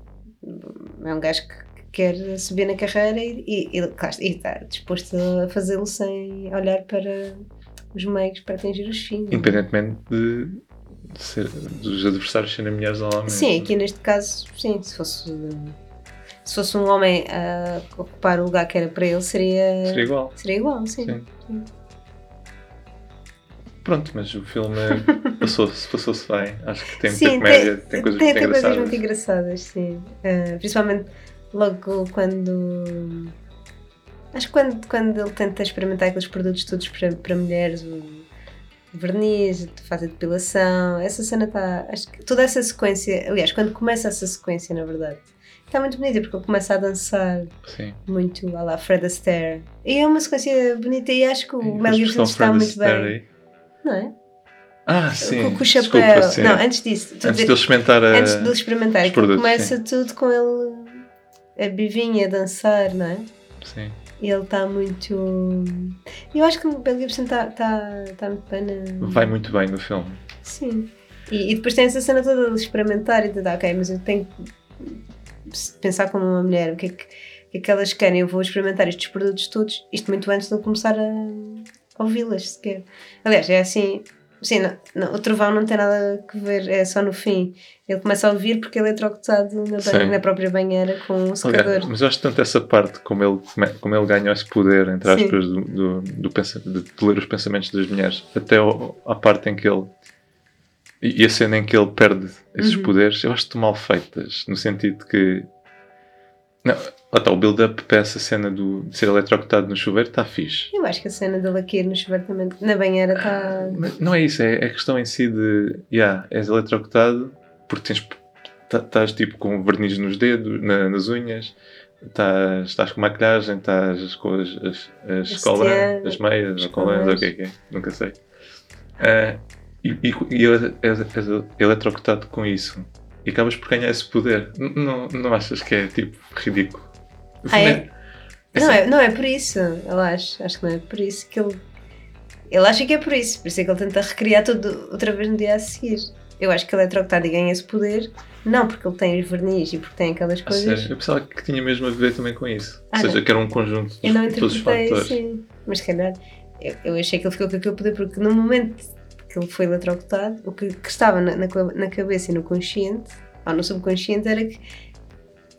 Speaker 1: é um gajo que quer subir na carreira e, e, e, claro, e está disposto a fazê-lo sem olhar para os meios para atingir os fins.
Speaker 2: Independentemente de ser- dos adversários serem mulheres ou homens. é?
Speaker 1: Sim, aqui neste caso, sim, se fosse, se fosse um homem a ocupar o lugar que era para ele, seria,
Speaker 2: Seria igual.
Speaker 1: seria igual, sim.
Speaker 2: Sim. Pronto, mas o
Speaker 1: (laughs)
Speaker 2: filme passou-se passou-se bem. Acho que tem muita comédia, tem, coisas
Speaker 1: tem-
Speaker 2: muito
Speaker 1: tem coisas
Speaker 2: engraçadas.
Speaker 1: muito engraçadas, sim. Ah, principalmente logo quando. Acho que quando, quando ele tenta experimentar aqueles produtos todos para, para mulheres, o verniz, faz a depilação, essa cena está. Acho que toda essa sequência, aliás, quando começa essa sequência, na verdade, está muito bonita porque ele começa a dançar
Speaker 2: Sim.
Speaker 1: muito à la Fred Astaire. E é uma sequência bonita e acho que o
Speaker 2: A
Speaker 1: Mel Gibson está
Speaker 2: expressão Fred
Speaker 1: muito
Speaker 2: Astaire
Speaker 1: bem.
Speaker 2: aí.
Speaker 1: Não é?
Speaker 2: Ah, sim.
Speaker 1: com, com o chapéu.
Speaker 2: Desculpa, sim.
Speaker 1: Não, antes disso. tu
Speaker 2: Antes
Speaker 1: de-
Speaker 2: de ele experimentar a...
Speaker 1: antes de ele experimentar,
Speaker 2: Eh, os
Speaker 1: aquilo
Speaker 2: produtos,
Speaker 1: começa tudo com ele a bivinha a dançar, não é?
Speaker 2: Sim.
Speaker 1: E ele está muito. Eu acho que o Mel Gibson está tá, tá muito bem na.
Speaker 2: Vai muito bem no filme.
Speaker 1: Sim. E, e depois tem essa cena toda de experimentar e tentar, ok, mas eu tenho que pensar como uma mulher, o que é que, o que, é que elas querem? Eu vou experimentar estes produtos todos, isto muito antes de eu começar a ouvi-las sequer. Aliás, é assim. Sim, não- não, o trovão não tem nada a ver, é só no fim. Ele começa a ouvir porque ele é eletrocutado na,
Speaker 2: Sim.
Speaker 1: ba- na própria banheira com um
Speaker 2: Aliás,
Speaker 1: secador.
Speaker 2: mas eu acho tanto essa parte como ele, come- como ele ganha esse poder, entre
Speaker 1: Sim.
Speaker 2: aspas, do, do, do pensa- de de ler os pensamentos das mulheres, até ao, à parte em que ele. E e a cena em que ele perde esses poderes, eu acho-te mal feitas, no sentido que. Não, lá está, o build-up para essa cena do, de ser eletrocutado no chuveiro está fixe.
Speaker 1: Eu acho que a cena dele aqui no chuveiro também, na banheira tá- está.
Speaker 2: Mas não é isso, é é a questão em si de. Yeah, és eletrocutado porque tens. tá- Estás tipo com verniz nos dedos, na- nas unhas, estás, estás com maquilhagem, estás com as, as, as
Speaker 1: As
Speaker 2: colãs,
Speaker 1: tiaras,
Speaker 2: as meias,
Speaker 1: as
Speaker 2: as colãs, ou o que é que é, nunca sei. Ah, e e, e ele- és, és eletrocutado com isso e acabas por ganhar esse poder. N- Não, não achas que é tipo ridículo? O
Speaker 1: Ah,
Speaker 2: filme
Speaker 1: é? Não é, não é por isso, eu acho. Acho que não é por isso que ele. Ele acha que é por isso, por isso é que ele tenta recriar tudo outra vez no dia a seguir. Eu acho que ele é trocado e ganha esse poder, não porque ele tem os verniz e porque tem aquelas
Speaker 2: A
Speaker 1: coisas.
Speaker 2: sério, eu pensava que tinha mesmo a ver também com isso.
Speaker 1: Ah,
Speaker 2: ou seja,
Speaker 1: não.
Speaker 2: que era um conjunto
Speaker 1: Eu não
Speaker 2: de todos os
Speaker 1: interpretei,
Speaker 2: fatores.
Speaker 1: sim. Mas se calhar, eu, eu achei que ele ficou com aquele poder porque no momento que ele foi eletrocutado, o que, que estava na, na, co- na cabeça e no consciente, ou no subconsciente, era que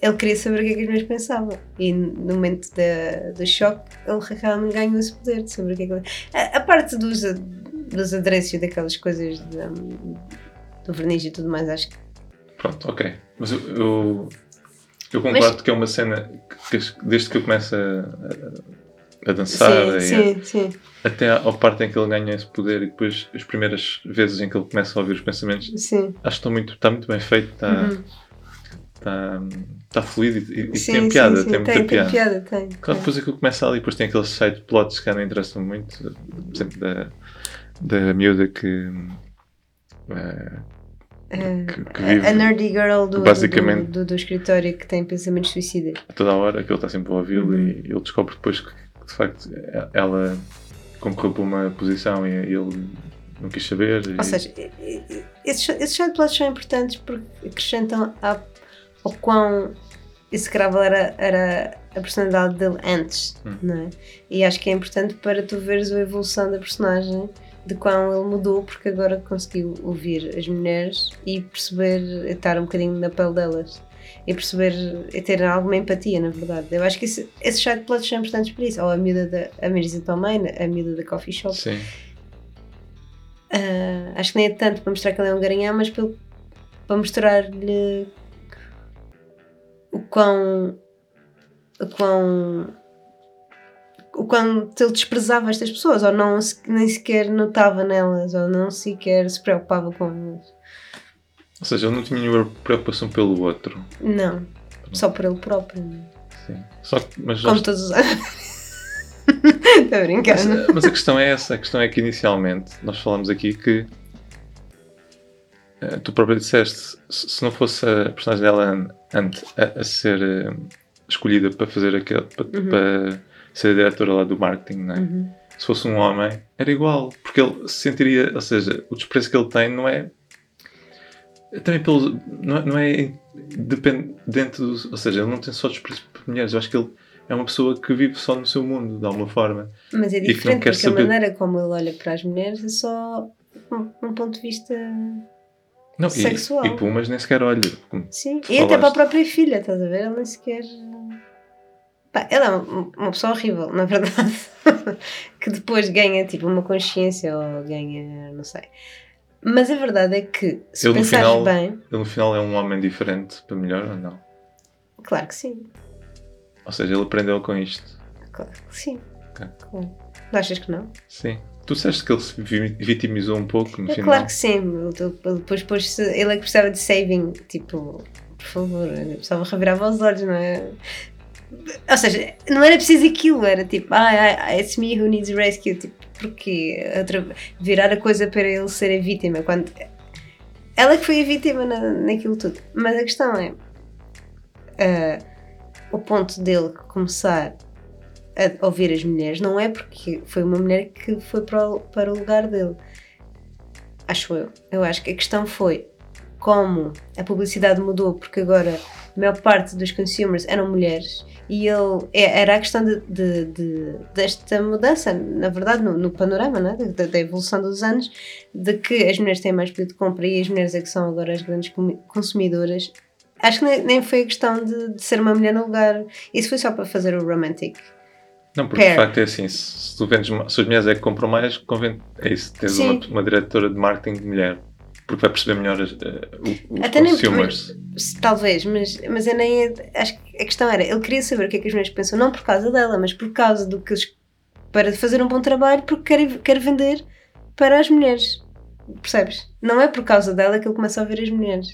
Speaker 1: ele queria saber o que é que as mulheres pensavam. E no momento da, do choque, ele realmente ganhou esse poder de saber o que é que ele... A, a parte dos, a- dos adereços e daquelas coisas da- do verniz e tudo mais, acho que
Speaker 2: Pronto, ok. Mas eu, eu, eu concordo que é uma cena que, que desde que eu começo a- a, a dançar e a-
Speaker 1: sim, sim,
Speaker 2: até à à parte em que ele ganha esse poder e depois as primeiras vezes em que ele começa a ouvir os pensamentos,
Speaker 1: sim, sim.
Speaker 2: acho que está muito, está muito bem feito, está, está, está fluido e, e
Speaker 1: Uhum. Sim,
Speaker 2: tem
Speaker 1: sim,
Speaker 2: piada,
Speaker 1: sim.
Speaker 2: tem muita
Speaker 1: tem,
Speaker 2: piada.
Speaker 1: Tem piada, tem.
Speaker 2: Claro, depois aquilo começa ali, depois tem aqueles side plots que já não interessam muito, por exemplo, da, da miúda que, eh,
Speaker 1: Ah,
Speaker 2: que, que vive
Speaker 1: A, a nerdy girl do,
Speaker 2: Basicamente.
Speaker 1: do, do, do escritório que tem pensamentos suicidas.
Speaker 2: a toda a hora, que ele está sempre a ouvi-lo
Speaker 1: Uhum.
Speaker 2: e ele descobre depois que, que, de facto e- ela concorreu para uma posição e ele não quis saber. e-
Speaker 1: Ou seja, e- e- esses, esses sideplates são importantes porque acrescentam à- ao quão execrável era, era a personalidade dele antes, não é? E acho que é importante para tu veres a evolução da personagem, de quão ele mudou, porque agora conseguiu ouvir as mulheres e perceber, estar um bocadinho na pele delas. E perceber e ter alguma empatia, na verdade. Eu acho que isso, esses sideplates são importantes para isso. Ou a miúda da a Marisa também, a miúda da coffee shop.
Speaker 2: Sim,
Speaker 1: Ah, acho que nem é tanto para mostrar que ele é um garanhão, mas pelo- para mostrar-lhe o quão. o quão. o quão ele desprezava estas pessoas, ou não, se- nem sequer notava nelas, ou não sequer se preocupava com elas.
Speaker 2: ou seja, ele não tinha nenhuma preocupação pelo outro.
Speaker 1: Não. Só por ele próprio. não é?
Speaker 2: Sim. Só que, mas lá
Speaker 1: Como
Speaker 2: está-
Speaker 1: todos os anos. (laughs) Estou a brincar.
Speaker 2: Mas, eh, mas a questão é essa, a questão é que inicialmente nós falamos aqui que eh, tu próprio disseste, se se não fosse a personagem dela an- ante- a, a ser eh, escolhida para fazer aquele para, para ser a diretora lá do marketing, não é? se fosse um homem, era igual, porque ele se sentiria, ou seja, o desprezo que ele tem não é também pelos não, é- não é dependente do, ou seja, ele não tem só desprezo por mulheres, eu acho que ele é uma pessoa que vive só no seu mundo, de alguma forma.
Speaker 1: Mas é
Speaker 2: que não
Speaker 1: diferente
Speaker 2: quer
Speaker 1: porque
Speaker 2: saber-
Speaker 1: a maneira como ele olha para as mulheres é só um, um ponto de vista.
Speaker 2: Não, e-
Speaker 1: Sexual.
Speaker 2: E, Pumas nem sequer olha. Como-
Speaker 1: Sim.
Speaker 2: Tu
Speaker 1: E até para a
Speaker 2: falaste.
Speaker 1: própria filha, estás a ver? Ela nem sequer. Pá, ela é um- uma pessoa horrível, na verdade. (laughs) que depois ganha tipo uma consciência ou ganha. não sei. Mas a verdade é que, se
Speaker 2: Ele no
Speaker 1: pensares
Speaker 2: final-
Speaker 1: bem,
Speaker 2: Ele no final é um homem diferente para melhor ou não?
Speaker 1: claro que sim.
Speaker 2: Ou seja, ele aprendeu com isto.
Speaker 1: Claro que sim.
Speaker 2: Ok.
Speaker 1: Claro. Não achas que não?
Speaker 2: Sim. Tu disseste que ele se vi- vitimizou um pouco no
Speaker 1: É
Speaker 2: final.
Speaker 1: claro que sim. Ele- ele Depois, depois se- ele é que precisava de saving, tipo, por favor, ele precisava revirava os olhos, não é? Ou seja, não era preciso aquilo, era tipo, ah, ah, it's me who needs rescue, tipo, porque virar a coisa para ele ser a vítima, quando ela é que foi a vítima na, naquilo tudo. Mas a questão é ah, o ponto dele começar a ouvir as mulheres não é porque foi uma mulher que foi para o- para o lugar dele acho eu. Eu acho que a questão foi como a publicidade mudou, porque agora a maior parte dos consumers eram mulheres e ele é- era a questão de, de- de- desta mudança, na verdade, no, no panorama não é? da, da evolução dos anos, de que as mulheres têm mais poder de compra e as mulheres é que são agora as grandes comi- consumidoras. Acho que nem, nem foi a questão de, de ser uma mulher no lugar. Isso foi só para fazer o romantic.
Speaker 2: Não, porque de
Speaker 1: Pair.
Speaker 2: facto é assim, se, se tu vendes, ma- se as mulheres é que compram mais, convém, é isso, tens uma,
Speaker 1: Sim.
Speaker 2: uma diretora de marketing de mulher, porque vai perceber melhor as, eh, o- os
Speaker 1: Até nem-
Speaker 2: consumers.
Speaker 1: Se- Talvez, mas, mas eu nem. Acho que a questão era, ele queria saber o que é que as mulheres pensam, não por causa dela, mas por causa do que eles. para fazer um bom trabalho, porque quer, quer vender para as mulheres. Percebes? Não é por causa dela que ele começa a ouvir as mulheres.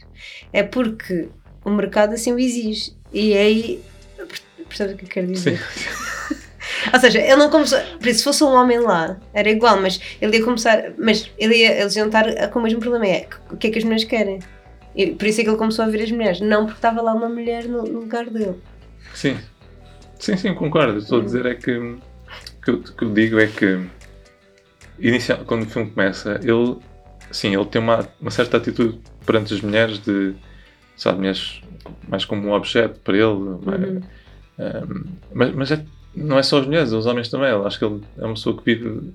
Speaker 1: É porque o mercado assim o exige. E é aí. percebes o que eu quero dizer? (laughs) Ou seja, ele não começou. Por isso, se fosse um homem lá, era igual, mas ele ia começar. Mas ele ia, eles iam estar com o mesmo problema: é o que é que as mulheres querem? E por isso é que ele começou a ver as mulheres, não porque estava lá uma mulher no, no lugar dele.
Speaker 2: Sim. Sim, sim, concordo. Estou a dizer é que o que, eu- que eu digo é que inicial, quando o filme começa, ele sim, ele tem uma, uma certa atitude perante as mulheres de sabe, mulheres mais como um objeto para ele. eh, ehm, mas mas é- não é só as mulheres, é os homens também. Eu acho que ele é uma pessoa que vive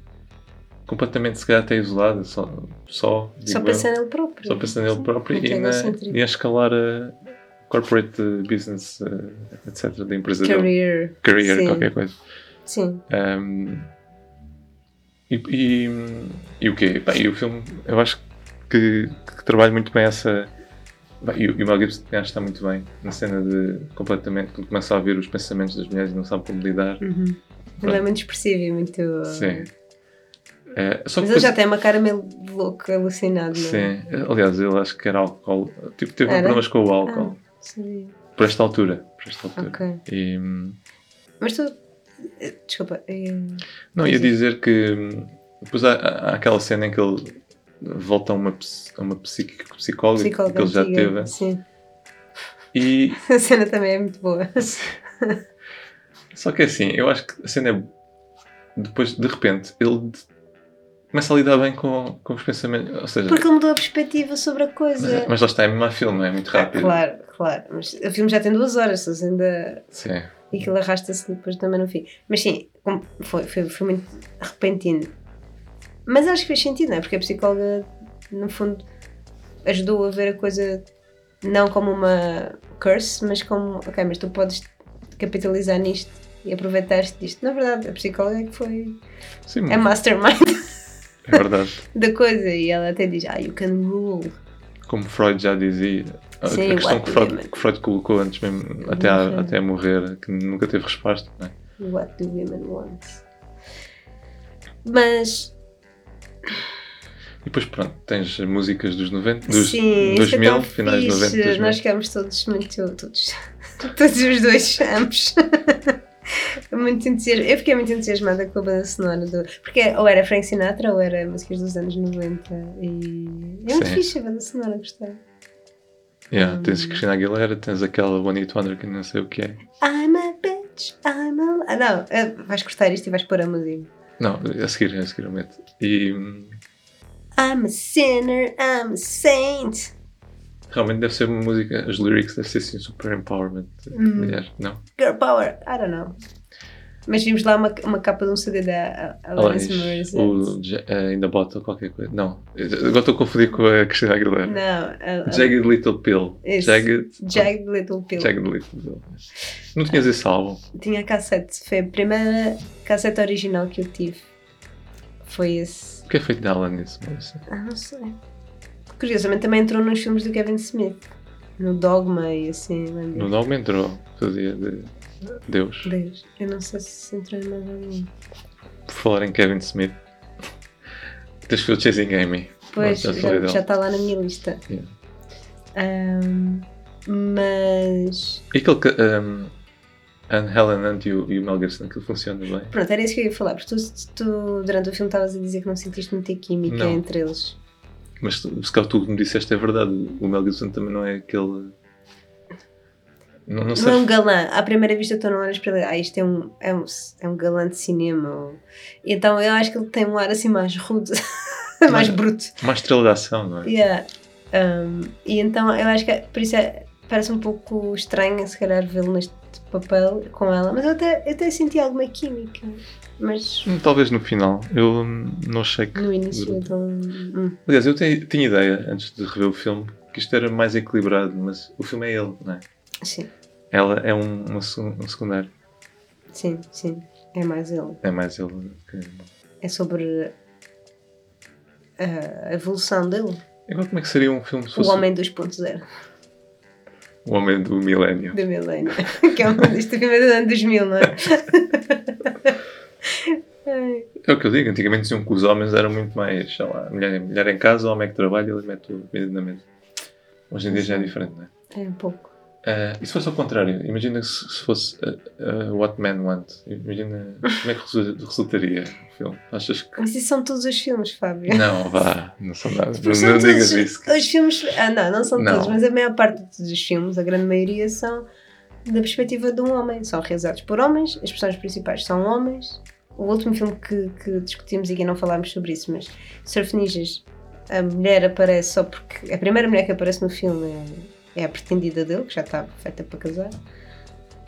Speaker 2: completamente se calhar até isolada, só, só, digo
Speaker 1: só
Speaker 2: eu.
Speaker 1: pensando nele próprio.
Speaker 2: Só pensando nele
Speaker 1: Sim,
Speaker 2: próprio
Speaker 1: muito
Speaker 2: e, na,
Speaker 1: egocêntrico.
Speaker 2: e a escalar a corporate business, eh, etc., da empresa dele.
Speaker 1: Career.
Speaker 2: Career,
Speaker 1: Sim.
Speaker 2: qualquer coisa.
Speaker 1: Sim.
Speaker 2: Um, e, e, e o quê? Bem, e o filme, eu acho que, que trabalha muito bem essa. Bem, e, o- e o Mel Gibson acho que está muito bem na cena de completamente, quando começa a ouvir os pensamentos das mulheres e não sabe como lidar.
Speaker 1: Ele é muito expressivo e muito. uh,
Speaker 2: Sim. Eh, só
Speaker 1: Mas
Speaker 2: que
Speaker 1: ele já
Speaker 2: depois-
Speaker 1: tem uma cara meio louca, alucinado, não é?
Speaker 2: Sim, eh, aliás, ele acho que era álcool. Tipo, teve
Speaker 1: Era?
Speaker 2: problemas com o álcool.
Speaker 1: Sim.
Speaker 2: Por esta altura. Por esta altura.
Speaker 1: Ok.
Speaker 2: E, hum,
Speaker 1: Mas tu. Desculpa. eh,
Speaker 2: não, ia
Speaker 1: Sim.
Speaker 2: dizer que hum, depois há, há aquela cena em que ele volta a uma, ps- a uma psiqui- psicóloga,
Speaker 1: Psicóloga
Speaker 2: que ele já
Speaker 1: antiga.
Speaker 2: teve.
Speaker 1: Sim. (laughs)
Speaker 2: E,
Speaker 1: A cena também é muito boa.
Speaker 2: só que é assim, eu acho que a cena é. Depois, de repente, ele de- começa a lidar bem com, com os pensamentos. Ou seja,
Speaker 1: Porque ele mudou a perspectiva sobre a
Speaker 2: mas,
Speaker 1: coisa.
Speaker 2: mas lá está, é mesmo a filme, é muito rápido.
Speaker 1: Claro, claro. Mas o filme já tem duas horas, se ainda
Speaker 2: Sim.
Speaker 1: e aquilo arrasta-se depois também no fim. Mas sim, com- foi, foi, foi muito repentino. Mas acho que fez sentido, não é? Porque a psicóloga, no fundo, ajudou a ver a coisa não como uma curse, mas como, ok, mas tu podes capitalizar nisto e aproveitar-te disto. Na verdade, a psicóloga é que foi
Speaker 2: Sim,
Speaker 1: a mastermind (laughs)
Speaker 2: é verdade.
Speaker 1: da coisa e ela até diz, ah, you can rule.
Speaker 2: Como Freud já dizia, a,
Speaker 1: Sim, Uhum.
Speaker 2: a questão
Speaker 1: what
Speaker 2: que Freud,
Speaker 1: women-
Speaker 2: que Freud colocou antes mesmo, até, a, até a morrer, que nunca teve resposta, não é?
Speaker 1: What do women want? Mas,
Speaker 2: E depois pronto, tens músicas dos 90, dos
Speaker 1: Sim, isso é
Speaker 2: 2000,
Speaker 1: tão
Speaker 2: finais de
Speaker 1: fixe.
Speaker 2: 90,
Speaker 1: (laughs)
Speaker 2: 2000.
Speaker 1: Nós ficámos todos muito. Todos, todos os dois, ambos. (laughs) muito entusias... Eu fiquei muito entusiasmada com a banda sonora do. Porque ou era Frank Sinatra ou era músicas dos anos 90. E é muito
Speaker 2: Sim.
Speaker 1: fixe a banda sonora, gostei.
Speaker 2: Yeah, Tens Cristina Aguilera, tens aquela One Hit Wonder que não sei o que é.
Speaker 1: I'm a bitch, I'm a. Ah, não, eh, vais cortar isto e vais pôr a música.
Speaker 2: Não, a seguir, a seguir eu meto. E hum,
Speaker 1: I'm a sinner, I'm a saint.
Speaker 2: realmente deve ser uma música, os lyrics devem ser assim super empowerment de
Speaker 1: Hum.
Speaker 2: mulher, não?
Speaker 1: Girl power, I don't know. Mas vimos lá uma, uma capa de um CD da a- Alanis
Speaker 2: Alanis,
Speaker 1: Morissette.
Speaker 2: o Ja- eh, ainda bota qualquer coisa. Não, agora estou a confundir com a Cristina Aguilera.
Speaker 1: Não, a- a-
Speaker 2: Jagged Little Pill.
Speaker 1: Esse.
Speaker 2: Jagged,
Speaker 1: Jagged Little Pill.
Speaker 2: Jagged Little Pill. Não tinhas esse álbum?
Speaker 1: Tinha a cassete, foi a primeira cassete original que eu tive. Foi esse.
Speaker 2: O que é feito da Alanis Morissette?
Speaker 1: Ah, não sei. Curiosamente também entrou nos filmes do Kevin Smith. No Dogma e assim,
Speaker 2: No
Speaker 1: lembro.
Speaker 2: nome entrou, fazia de Deus.
Speaker 1: Deus, eu não sei se entrou em mais algum.
Speaker 2: Por falar em Kevin Smith, tens que ver o Chasing Amy.
Speaker 1: Pois,
Speaker 2: Não, já falei
Speaker 1: já tá.
Speaker 2: dele.
Speaker 1: está lá na minha lista.
Speaker 2: Yeah.
Speaker 1: Ahm, mas.
Speaker 2: E aquele que. Um, Anne Helen Hunt e o, e o Mel Gibson, aquilo funciona bem.
Speaker 1: Pronto, era isso que eu ia falar, porque tu, tu durante o filme estavas a dizer que não sentiste muita química
Speaker 2: Não.
Speaker 1: entre eles.
Speaker 2: Mas tu- se calhar tu me disseste é verdade, o Mel Gibson também não é aquele. Não, não
Speaker 1: Não é um
Speaker 2: sei.
Speaker 1: galã. À primeira vista tu não olhas para ele, ah, isto é um, é um, é um galã de cinema. ou- Então eu acho que ele tem um ar assim mais rude, (laughs) mais
Speaker 2: Mas-
Speaker 1: bruto.
Speaker 2: Uma estrela de ação, não é?
Speaker 1: Yeah. Um, e então eu acho que por isso é- parece um pouco estranho se calhar vê-lo neste papel com ela, mas eu até, eu até senti alguma química, mas
Speaker 2: Hum, Talvez no final. Eu hum, não achei que.
Speaker 1: no início então. hum.
Speaker 2: Aliás, eu te- tinha ideia, antes de rever o filme, que isto era mais equilibrado, mas o filme é ele, não é?
Speaker 1: Sim,
Speaker 2: Ela é um, uma segun- um secundário.
Speaker 1: sim, sim. É mais ele.
Speaker 2: É mais ele que.
Speaker 1: É sobre a evolução dele.
Speaker 2: Agora, como é que seria um filme se
Speaker 1: O
Speaker 2: fosse
Speaker 1: Homem 2.0
Speaker 2: o homem do milénio?
Speaker 1: do Milênio. (laughs) que é um, este filme é do ano 2000, não é? Ai,
Speaker 2: É o que eu digo, antigamente diziam que os homens eram muito mais, sei lá, mulher, mulher em casa, homem é que trabalha, ele mete o comida na mesa. Hoje em dia já é diferente, não é?
Speaker 1: é um pouco.
Speaker 2: Ah, e se fosse ao contrário? Imagina se, se fosse ah, ah, What Men Want. Imagina como é que resu- resultaria o filme. Achas que.
Speaker 1: Mas isso são todos os filmes, Fábio.
Speaker 2: Não, vá, não são nada.
Speaker 1: Porque
Speaker 2: Não,
Speaker 1: são
Speaker 2: não
Speaker 1: todos
Speaker 2: digas isso.
Speaker 1: Os filmes. Ah, não, não são
Speaker 2: Não.
Speaker 1: todos, mas a maior parte dos filmes, a grande maioria, são da perspectiva de um homem. São realizados por homens, as personagens principais são homens. O último filme que, que discutimos e que não falámos sobre isso, mas Surf Ninjas, a mulher aparece só porque. A primeira mulher que aparece no filme é, é a pretendida dele, que já está feita para casar.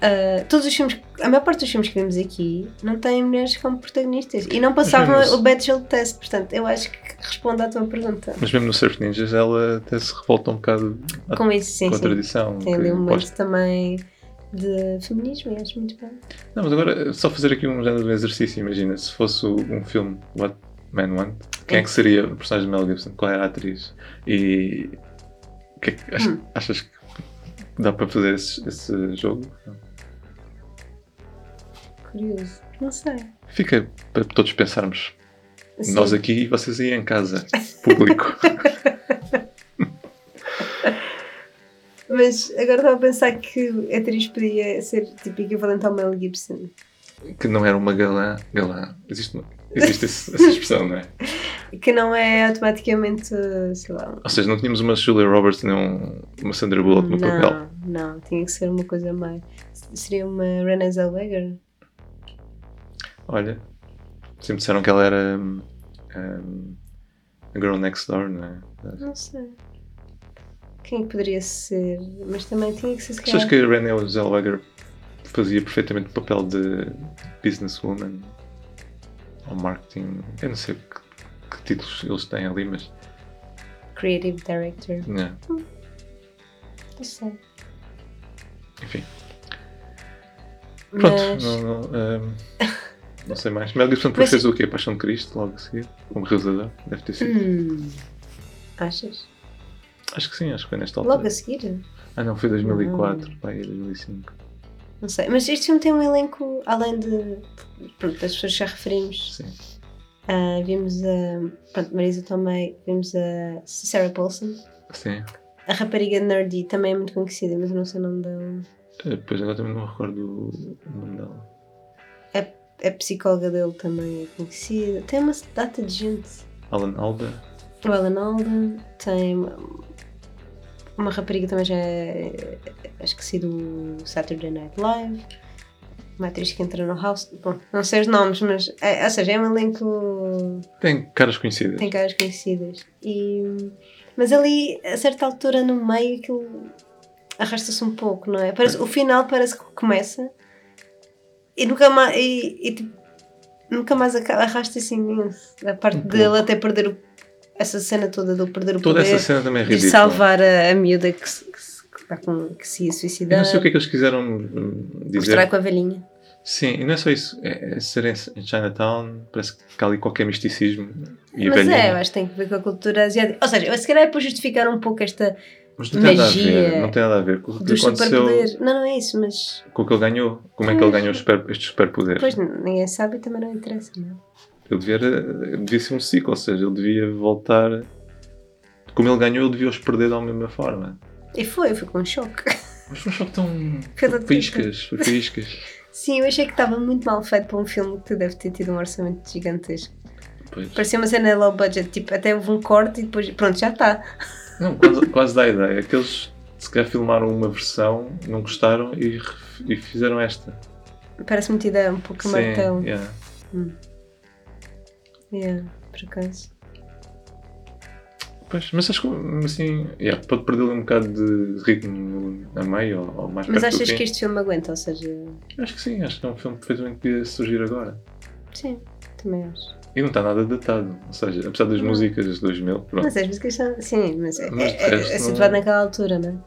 Speaker 1: Ah, todos os filmes, a maior parte dos filmes que vimos aqui não têm mulheres como protagonistas e não passavam
Speaker 2: Mas vemos.
Speaker 1: o Bachelor Test, portanto, eu acho que responde à tua pergunta.
Speaker 2: Mas mesmo no Surf Ninjas ela até se revolta um bocado à
Speaker 1: Com isso, sim, sim.
Speaker 2: contradição.
Speaker 1: Tem ali
Speaker 2: que
Speaker 1: um
Speaker 2: pode-
Speaker 1: momento também de feminismo, e acho muito bem.
Speaker 2: Não, mas agora, só fazer aqui um género de exercício, imagina, se fosse o- um filme What Men Want, quem é que seria o personagem de Mel Gibson? Qual era a atriz? E o que é que ach- achas que dá para fazer esse, esse jogo?
Speaker 1: Curioso. Não sei.
Speaker 2: Fica para todos pensarmos.
Speaker 1: Assim,
Speaker 2: Nós aqui e vocês aí em casa, público.
Speaker 1: Mas agora estava a pensar que a atriz podia ser tipo equivalente ao Mel Gibson.
Speaker 2: que não era uma galã. Galã. Existe, uma- existe esse- essa expressão, não é?
Speaker 1: Que não é automaticamente, sei lá.
Speaker 2: Ou seja, não tínhamos uma Julia Roberts nem um- uma Sandra Bullock no papel.
Speaker 1: Não, não, tinha que ser uma coisa mais. Seria uma Renée Zellweger?
Speaker 2: Olha, sempre disseram que ela era hum, hum, a Girl Next Door, não é?
Speaker 1: Não sei. Quem é que poderia ser? Mas também tinha que ser se
Speaker 2: Achas
Speaker 1: calhar.
Speaker 2: que a Renée Zellweger fazia perfeitamente o papel de businesswoman ou marketing? Eu não sei que, que títulos eles têm ali, mas
Speaker 1: Creative Director.
Speaker 2: não.
Speaker 1: Não sei.
Speaker 2: enfim. Pronto,
Speaker 1: Mas-
Speaker 2: não, não, hum, não sei mais. Mel Gibson
Speaker 1: Mas-
Speaker 2: fez o quê? Paixão de Cristo, logo a seguir, como realizador, deve ter sido.
Speaker 1: Hum. (clears throat) Achas?
Speaker 2: Acho que sim, acho que foi nesta altura.
Speaker 1: Logo a seguir?
Speaker 2: Ah não, foi 2004, pai, 2005.
Speaker 1: Não sei, mas este filme tem um elenco, além de. Pronto, das pessoas que já referimos.
Speaker 2: Sim.
Speaker 1: Ah, vimos a. Pronto, Marisa Tomei, vimos a Sarah Paulson.
Speaker 2: Sim.
Speaker 1: A rapariga Nerdy também é muito conhecida, mas eu não sei o nome dela.
Speaker 2: Eh, Pois agora também não me recordo o nome dela.
Speaker 1: A É, psicóloga dele também é conhecida. Tem uma data de gente.
Speaker 2: Alan Alda.
Speaker 1: O Alan Alda tem uma, uma rapariga também já é- acho que sim do Saturday Night Live. Uma atriz que entra no House. Bom, não sei os nomes, mas. É, ou seja, é um elenco.
Speaker 2: Tem caras conhecidas.
Speaker 1: Tem caras conhecidas. E, mas ali, a certa altura, no meio, aquilo arrasta-se um pouco, não é? Parece, o final parece que começa e nunca mais. E, e, tipo, nunca mais aca- arrasta-se assim imenso. A parte dele até perder o, essa cena toda do perder o
Speaker 2: Um Toda
Speaker 1: poder.
Speaker 2: essa cena também é
Speaker 1: de
Speaker 2: ridícula.
Speaker 1: salvar a, a miúda que se, que, se, que está com, que se ia
Speaker 2: Eu
Speaker 1: suicidar.
Speaker 2: não sei o que é que eles quiseram hum, dizer.
Speaker 1: Mostrar com a velhinha.
Speaker 2: Sim, e não é só isso. É, é ser em, em Chinatown, parece que há ali qualquer misticismo. E
Speaker 1: Mas
Speaker 2: velhinha.
Speaker 1: é, eu acho que tem que ver com a cultura asiática. Ou seja, eu se calhar é para justificar um pouco esta
Speaker 2: Mas não tem nada a ver.
Speaker 1: magia
Speaker 2: Não tem nada a ver com o que
Speaker 1: dos
Speaker 2: aconteceu,
Speaker 1: superpoderes. Não, não é isso, mas
Speaker 2: com o que ele ganhou. Como é que ele ganhou os super, estes superpoderes?
Speaker 1: Pois ninguém sabe e também não interessa, não é?
Speaker 2: Ele devia, era- devia ser um ciclo, ou seja, ele devia voltar. Como ele ganhou, ele devia os perder da mesma forma.
Speaker 1: E foi, foi com um choque. (laughs)
Speaker 2: Mas foi só tão.
Speaker 1: Cada
Speaker 2: Piscas, foi piscas.
Speaker 1: Sim, eu achei que estava muito mal feito para um filme que deve ter tido um orçamento gigantesco.
Speaker 2: Pois.
Speaker 1: Parecia uma cena low budget, tipo, até houve um corte e depois, pronto, já está.
Speaker 2: Não, quase, quase dá a ideia. Aqueles se calhar filmaram uma versão, não gostaram e, ref- e fizeram esta.
Speaker 1: Parece uma ideia um pouco martelo.
Speaker 2: yeah.
Speaker 1: Yeah, por acaso.
Speaker 2: Pois, mas acho que assim, yeah, pode perder um bocado de ritmo a meio ou, ou mais
Speaker 1: Mas
Speaker 2: perto do
Speaker 1: achas
Speaker 2: fim.
Speaker 1: que este filme aguenta? Ou seja,
Speaker 2: Acho que sim, acho que é um filme perfeitamente que podia surgir agora.
Speaker 1: sim, também acho.
Speaker 2: E não está nada datado, ou seja, apesar das músicas de 2000, pronto.
Speaker 1: Uhum. Mas é, as músicas são. Sim, mas é,
Speaker 2: Mas de
Speaker 1: é,
Speaker 2: resto
Speaker 1: é, é
Speaker 2: não-
Speaker 1: situado naquela altura, não é?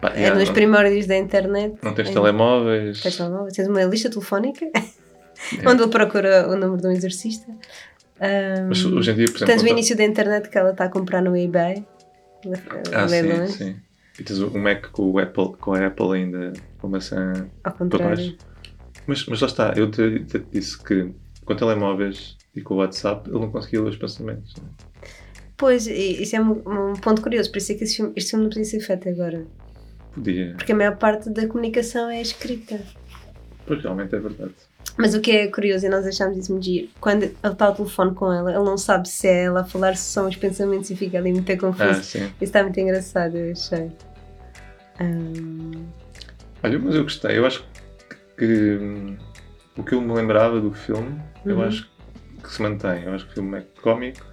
Speaker 2: Pá,
Speaker 1: É
Speaker 2: yeah,
Speaker 1: nos
Speaker 2: não-
Speaker 1: primórdios da internet. É.
Speaker 2: Não tens
Speaker 1: em-
Speaker 2: telemóveis.
Speaker 1: Tens um- telemóvel, tens uma lista telefónica
Speaker 2: É.
Speaker 1: onde ele procura o número de um exorcista. Ahm,
Speaker 2: Mas hoje em dia, por exemplo.
Speaker 1: tens o
Speaker 2: quando-
Speaker 1: início da internet que ela está a comprar no eBay.
Speaker 2: Ah, sim,
Speaker 1: Leilões,
Speaker 2: sim. E tens o Mac com, o Apple, com a Apple ainda com a maçã
Speaker 1: Ao
Speaker 2: para baixo.
Speaker 1: contrário.
Speaker 2: Mas, mas lá está, eu te, te disse que com telemóveis e com o WhatsApp ele não conseguia ler os pensamentos. né?
Speaker 1: Pois, e- isso é um, um ponto curioso, por isso é que este filme, este filme não podia ser feito agora.
Speaker 2: Podia.
Speaker 1: Porque a maior parte da comunicação é escrita.
Speaker 2: Pois realmente é verdade.
Speaker 1: Mas o que é curioso, e nós achámos isso muito giro, quando ele está ao telefone com ela, ele não sabe se é ela a falar, se são os pensamentos e fica ali muito
Speaker 2: Ah,
Speaker 1: confuso.
Speaker 2: sim.
Speaker 1: Isso está muito engraçado, eu achei. Ahm,
Speaker 2: Olha, mas eu gostei. Eu acho que hum, o que eu me lembrava do filme, eu
Speaker 1: Uhum.
Speaker 2: acho que se mantém. Eu acho que o filme é cómico,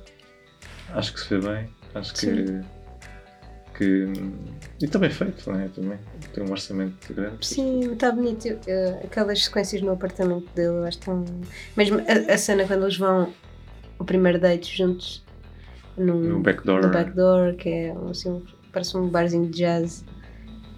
Speaker 2: acho que se vê bem, acho que. que hum, e também feito, não é? Também tem um orçamento grande.
Speaker 1: Sim, está bonito. Eu- eu- aquelas sequências no apartamento dele, eu acho tão. Mesmo a, a cena quando eles vão o primeiro date juntos num-
Speaker 2: No backdoor.
Speaker 1: no backdoor, que é um, assim, um- parece um barzinho de jazz.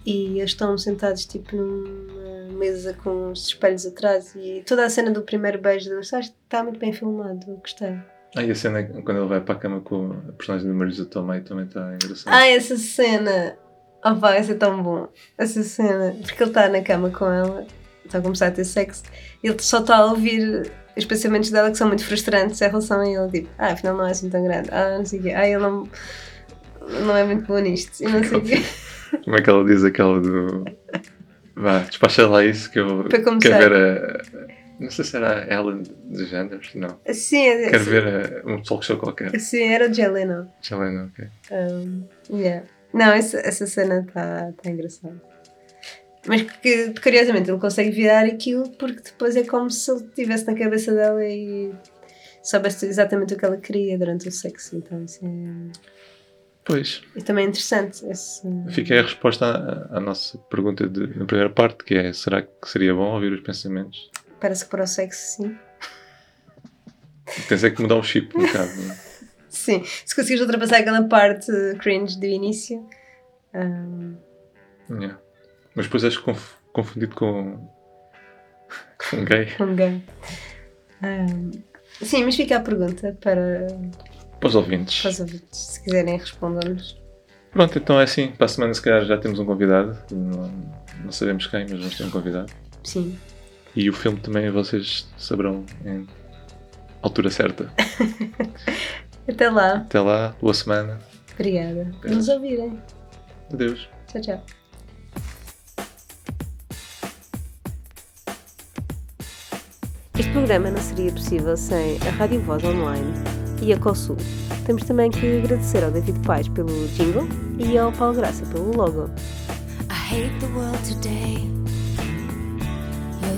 Speaker 1: E eles estão sentados tipo numa mesa com os espelhos atrás e toda a cena do primeiro beijo deles, acho que está muito bem filmado, eu gostei.
Speaker 2: Ah, e a cena quando ele vai para a cama com a personagem do Marisa Tomei também tá está engraçada.
Speaker 1: Ah, essa cena! Oh, vai ser tão bom. Essa cena. Porque ele está na cama com ela, está a começar a ter sexo, e ele só está a ouvir os pensamentos dela que são muito frustrantes em relação a ele. Tipo, ah, afinal não é assim tão grande. Ah, não sei o quê. Ah, ele não, não é muito bom nisto. E não sei o
Speaker 2: (laughs)
Speaker 1: quê.
Speaker 2: Como é que ela diz aquela do. Vá, despacha lá isso que eu
Speaker 1: Para começar.
Speaker 2: quero ver a. Não sei se era a Ellen DeGeneres, não.
Speaker 1: Sim, é-
Speaker 2: Quero ver a, um talk show qualquer.
Speaker 1: sim, era o Jelena.
Speaker 2: Já lembro, ok.
Speaker 1: Um, yeah. Não, essa, essa cena está tá engraçada. Mas que, curiosamente ele consegue virar aquilo porque depois é como se ele estivesse na cabeça dela e soubesse exatamente o que ela queria durante o sexo. Então isso é,
Speaker 2: Pois,
Speaker 1: e também é interessante. Esse,
Speaker 2: fica aí a resposta à, à nossa pergunta de, na primeira parte, que é será que seria bom ouvir os pensamentos?
Speaker 1: parece que para o sexo, sim.
Speaker 2: Tens é que mudar o chip um bocado. não é?
Speaker 1: Sim, se conseguires ultrapassar aquela parte cringe do início. um,
Speaker 2: é?
Speaker 1: (laughs)
Speaker 2: Yeah. Mas depois acho conf, confundido com. (laughs) com gay.
Speaker 1: com um gay. Um, sim, mas fica a pergunta para,
Speaker 2: Para os ouvintes.
Speaker 1: para os ouvintes, se quiserem respondam-nos.
Speaker 2: Pronto, então é assim. Para a semana, se calhar, já temos um convidado. Não, não sabemos quem, mas vamos ter um convidado.
Speaker 1: Sim.
Speaker 2: E o filme também vocês saberão em altura certa.
Speaker 1: Até lá.
Speaker 2: Até lá, boa semana.
Speaker 1: Obrigada por nos ouvirem.
Speaker 2: Adeus.
Speaker 1: Tchau, tchau.
Speaker 5: If
Speaker 10: programa não seria possível sem a Rádio Voz Online e a COSUL. Temos também que agradecer ao David Paz pelo jingle e ao Paulo Graça pelo logo.
Speaker 11: I hate the world today. You're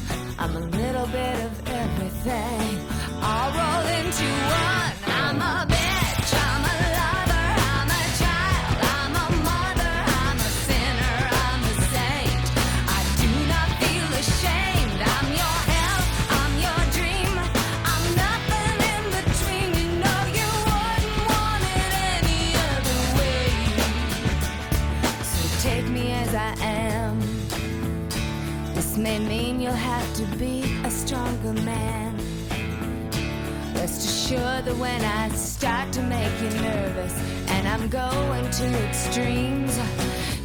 Speaker 11: I'm a little bit of everything. I'll roll into one. I'm a bitch. I'm a lover. I'm a child. I'm a mother. I'm a sinner. I'm a saint. I do not feel ashamed. I'm your hell. I'm your dream. I'm nothing in between. You know you wouldn't want it any other way. So take me as I am. This may mean you'll have to be a stronger man. Rest assured that when I start to make you nervous and I'm going to extremes,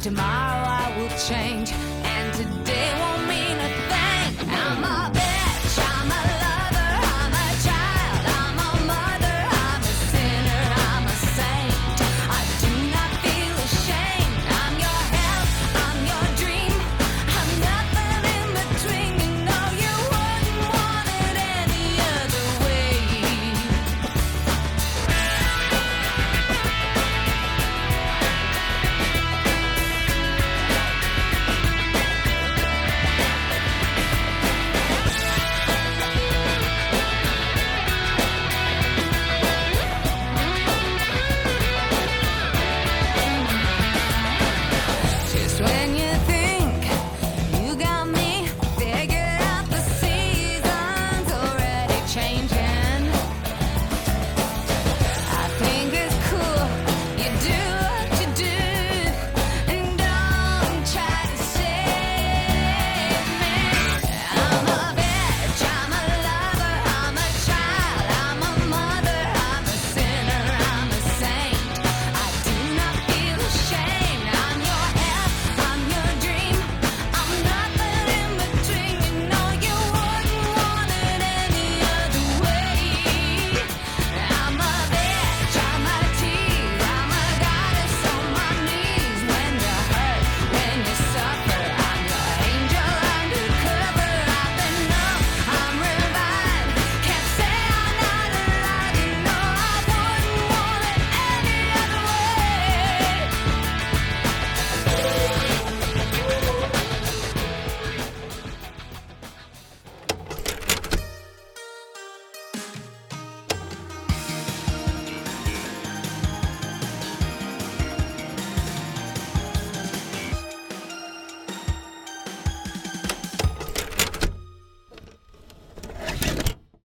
Speaker 11: tomorrow I will change and today won't mean.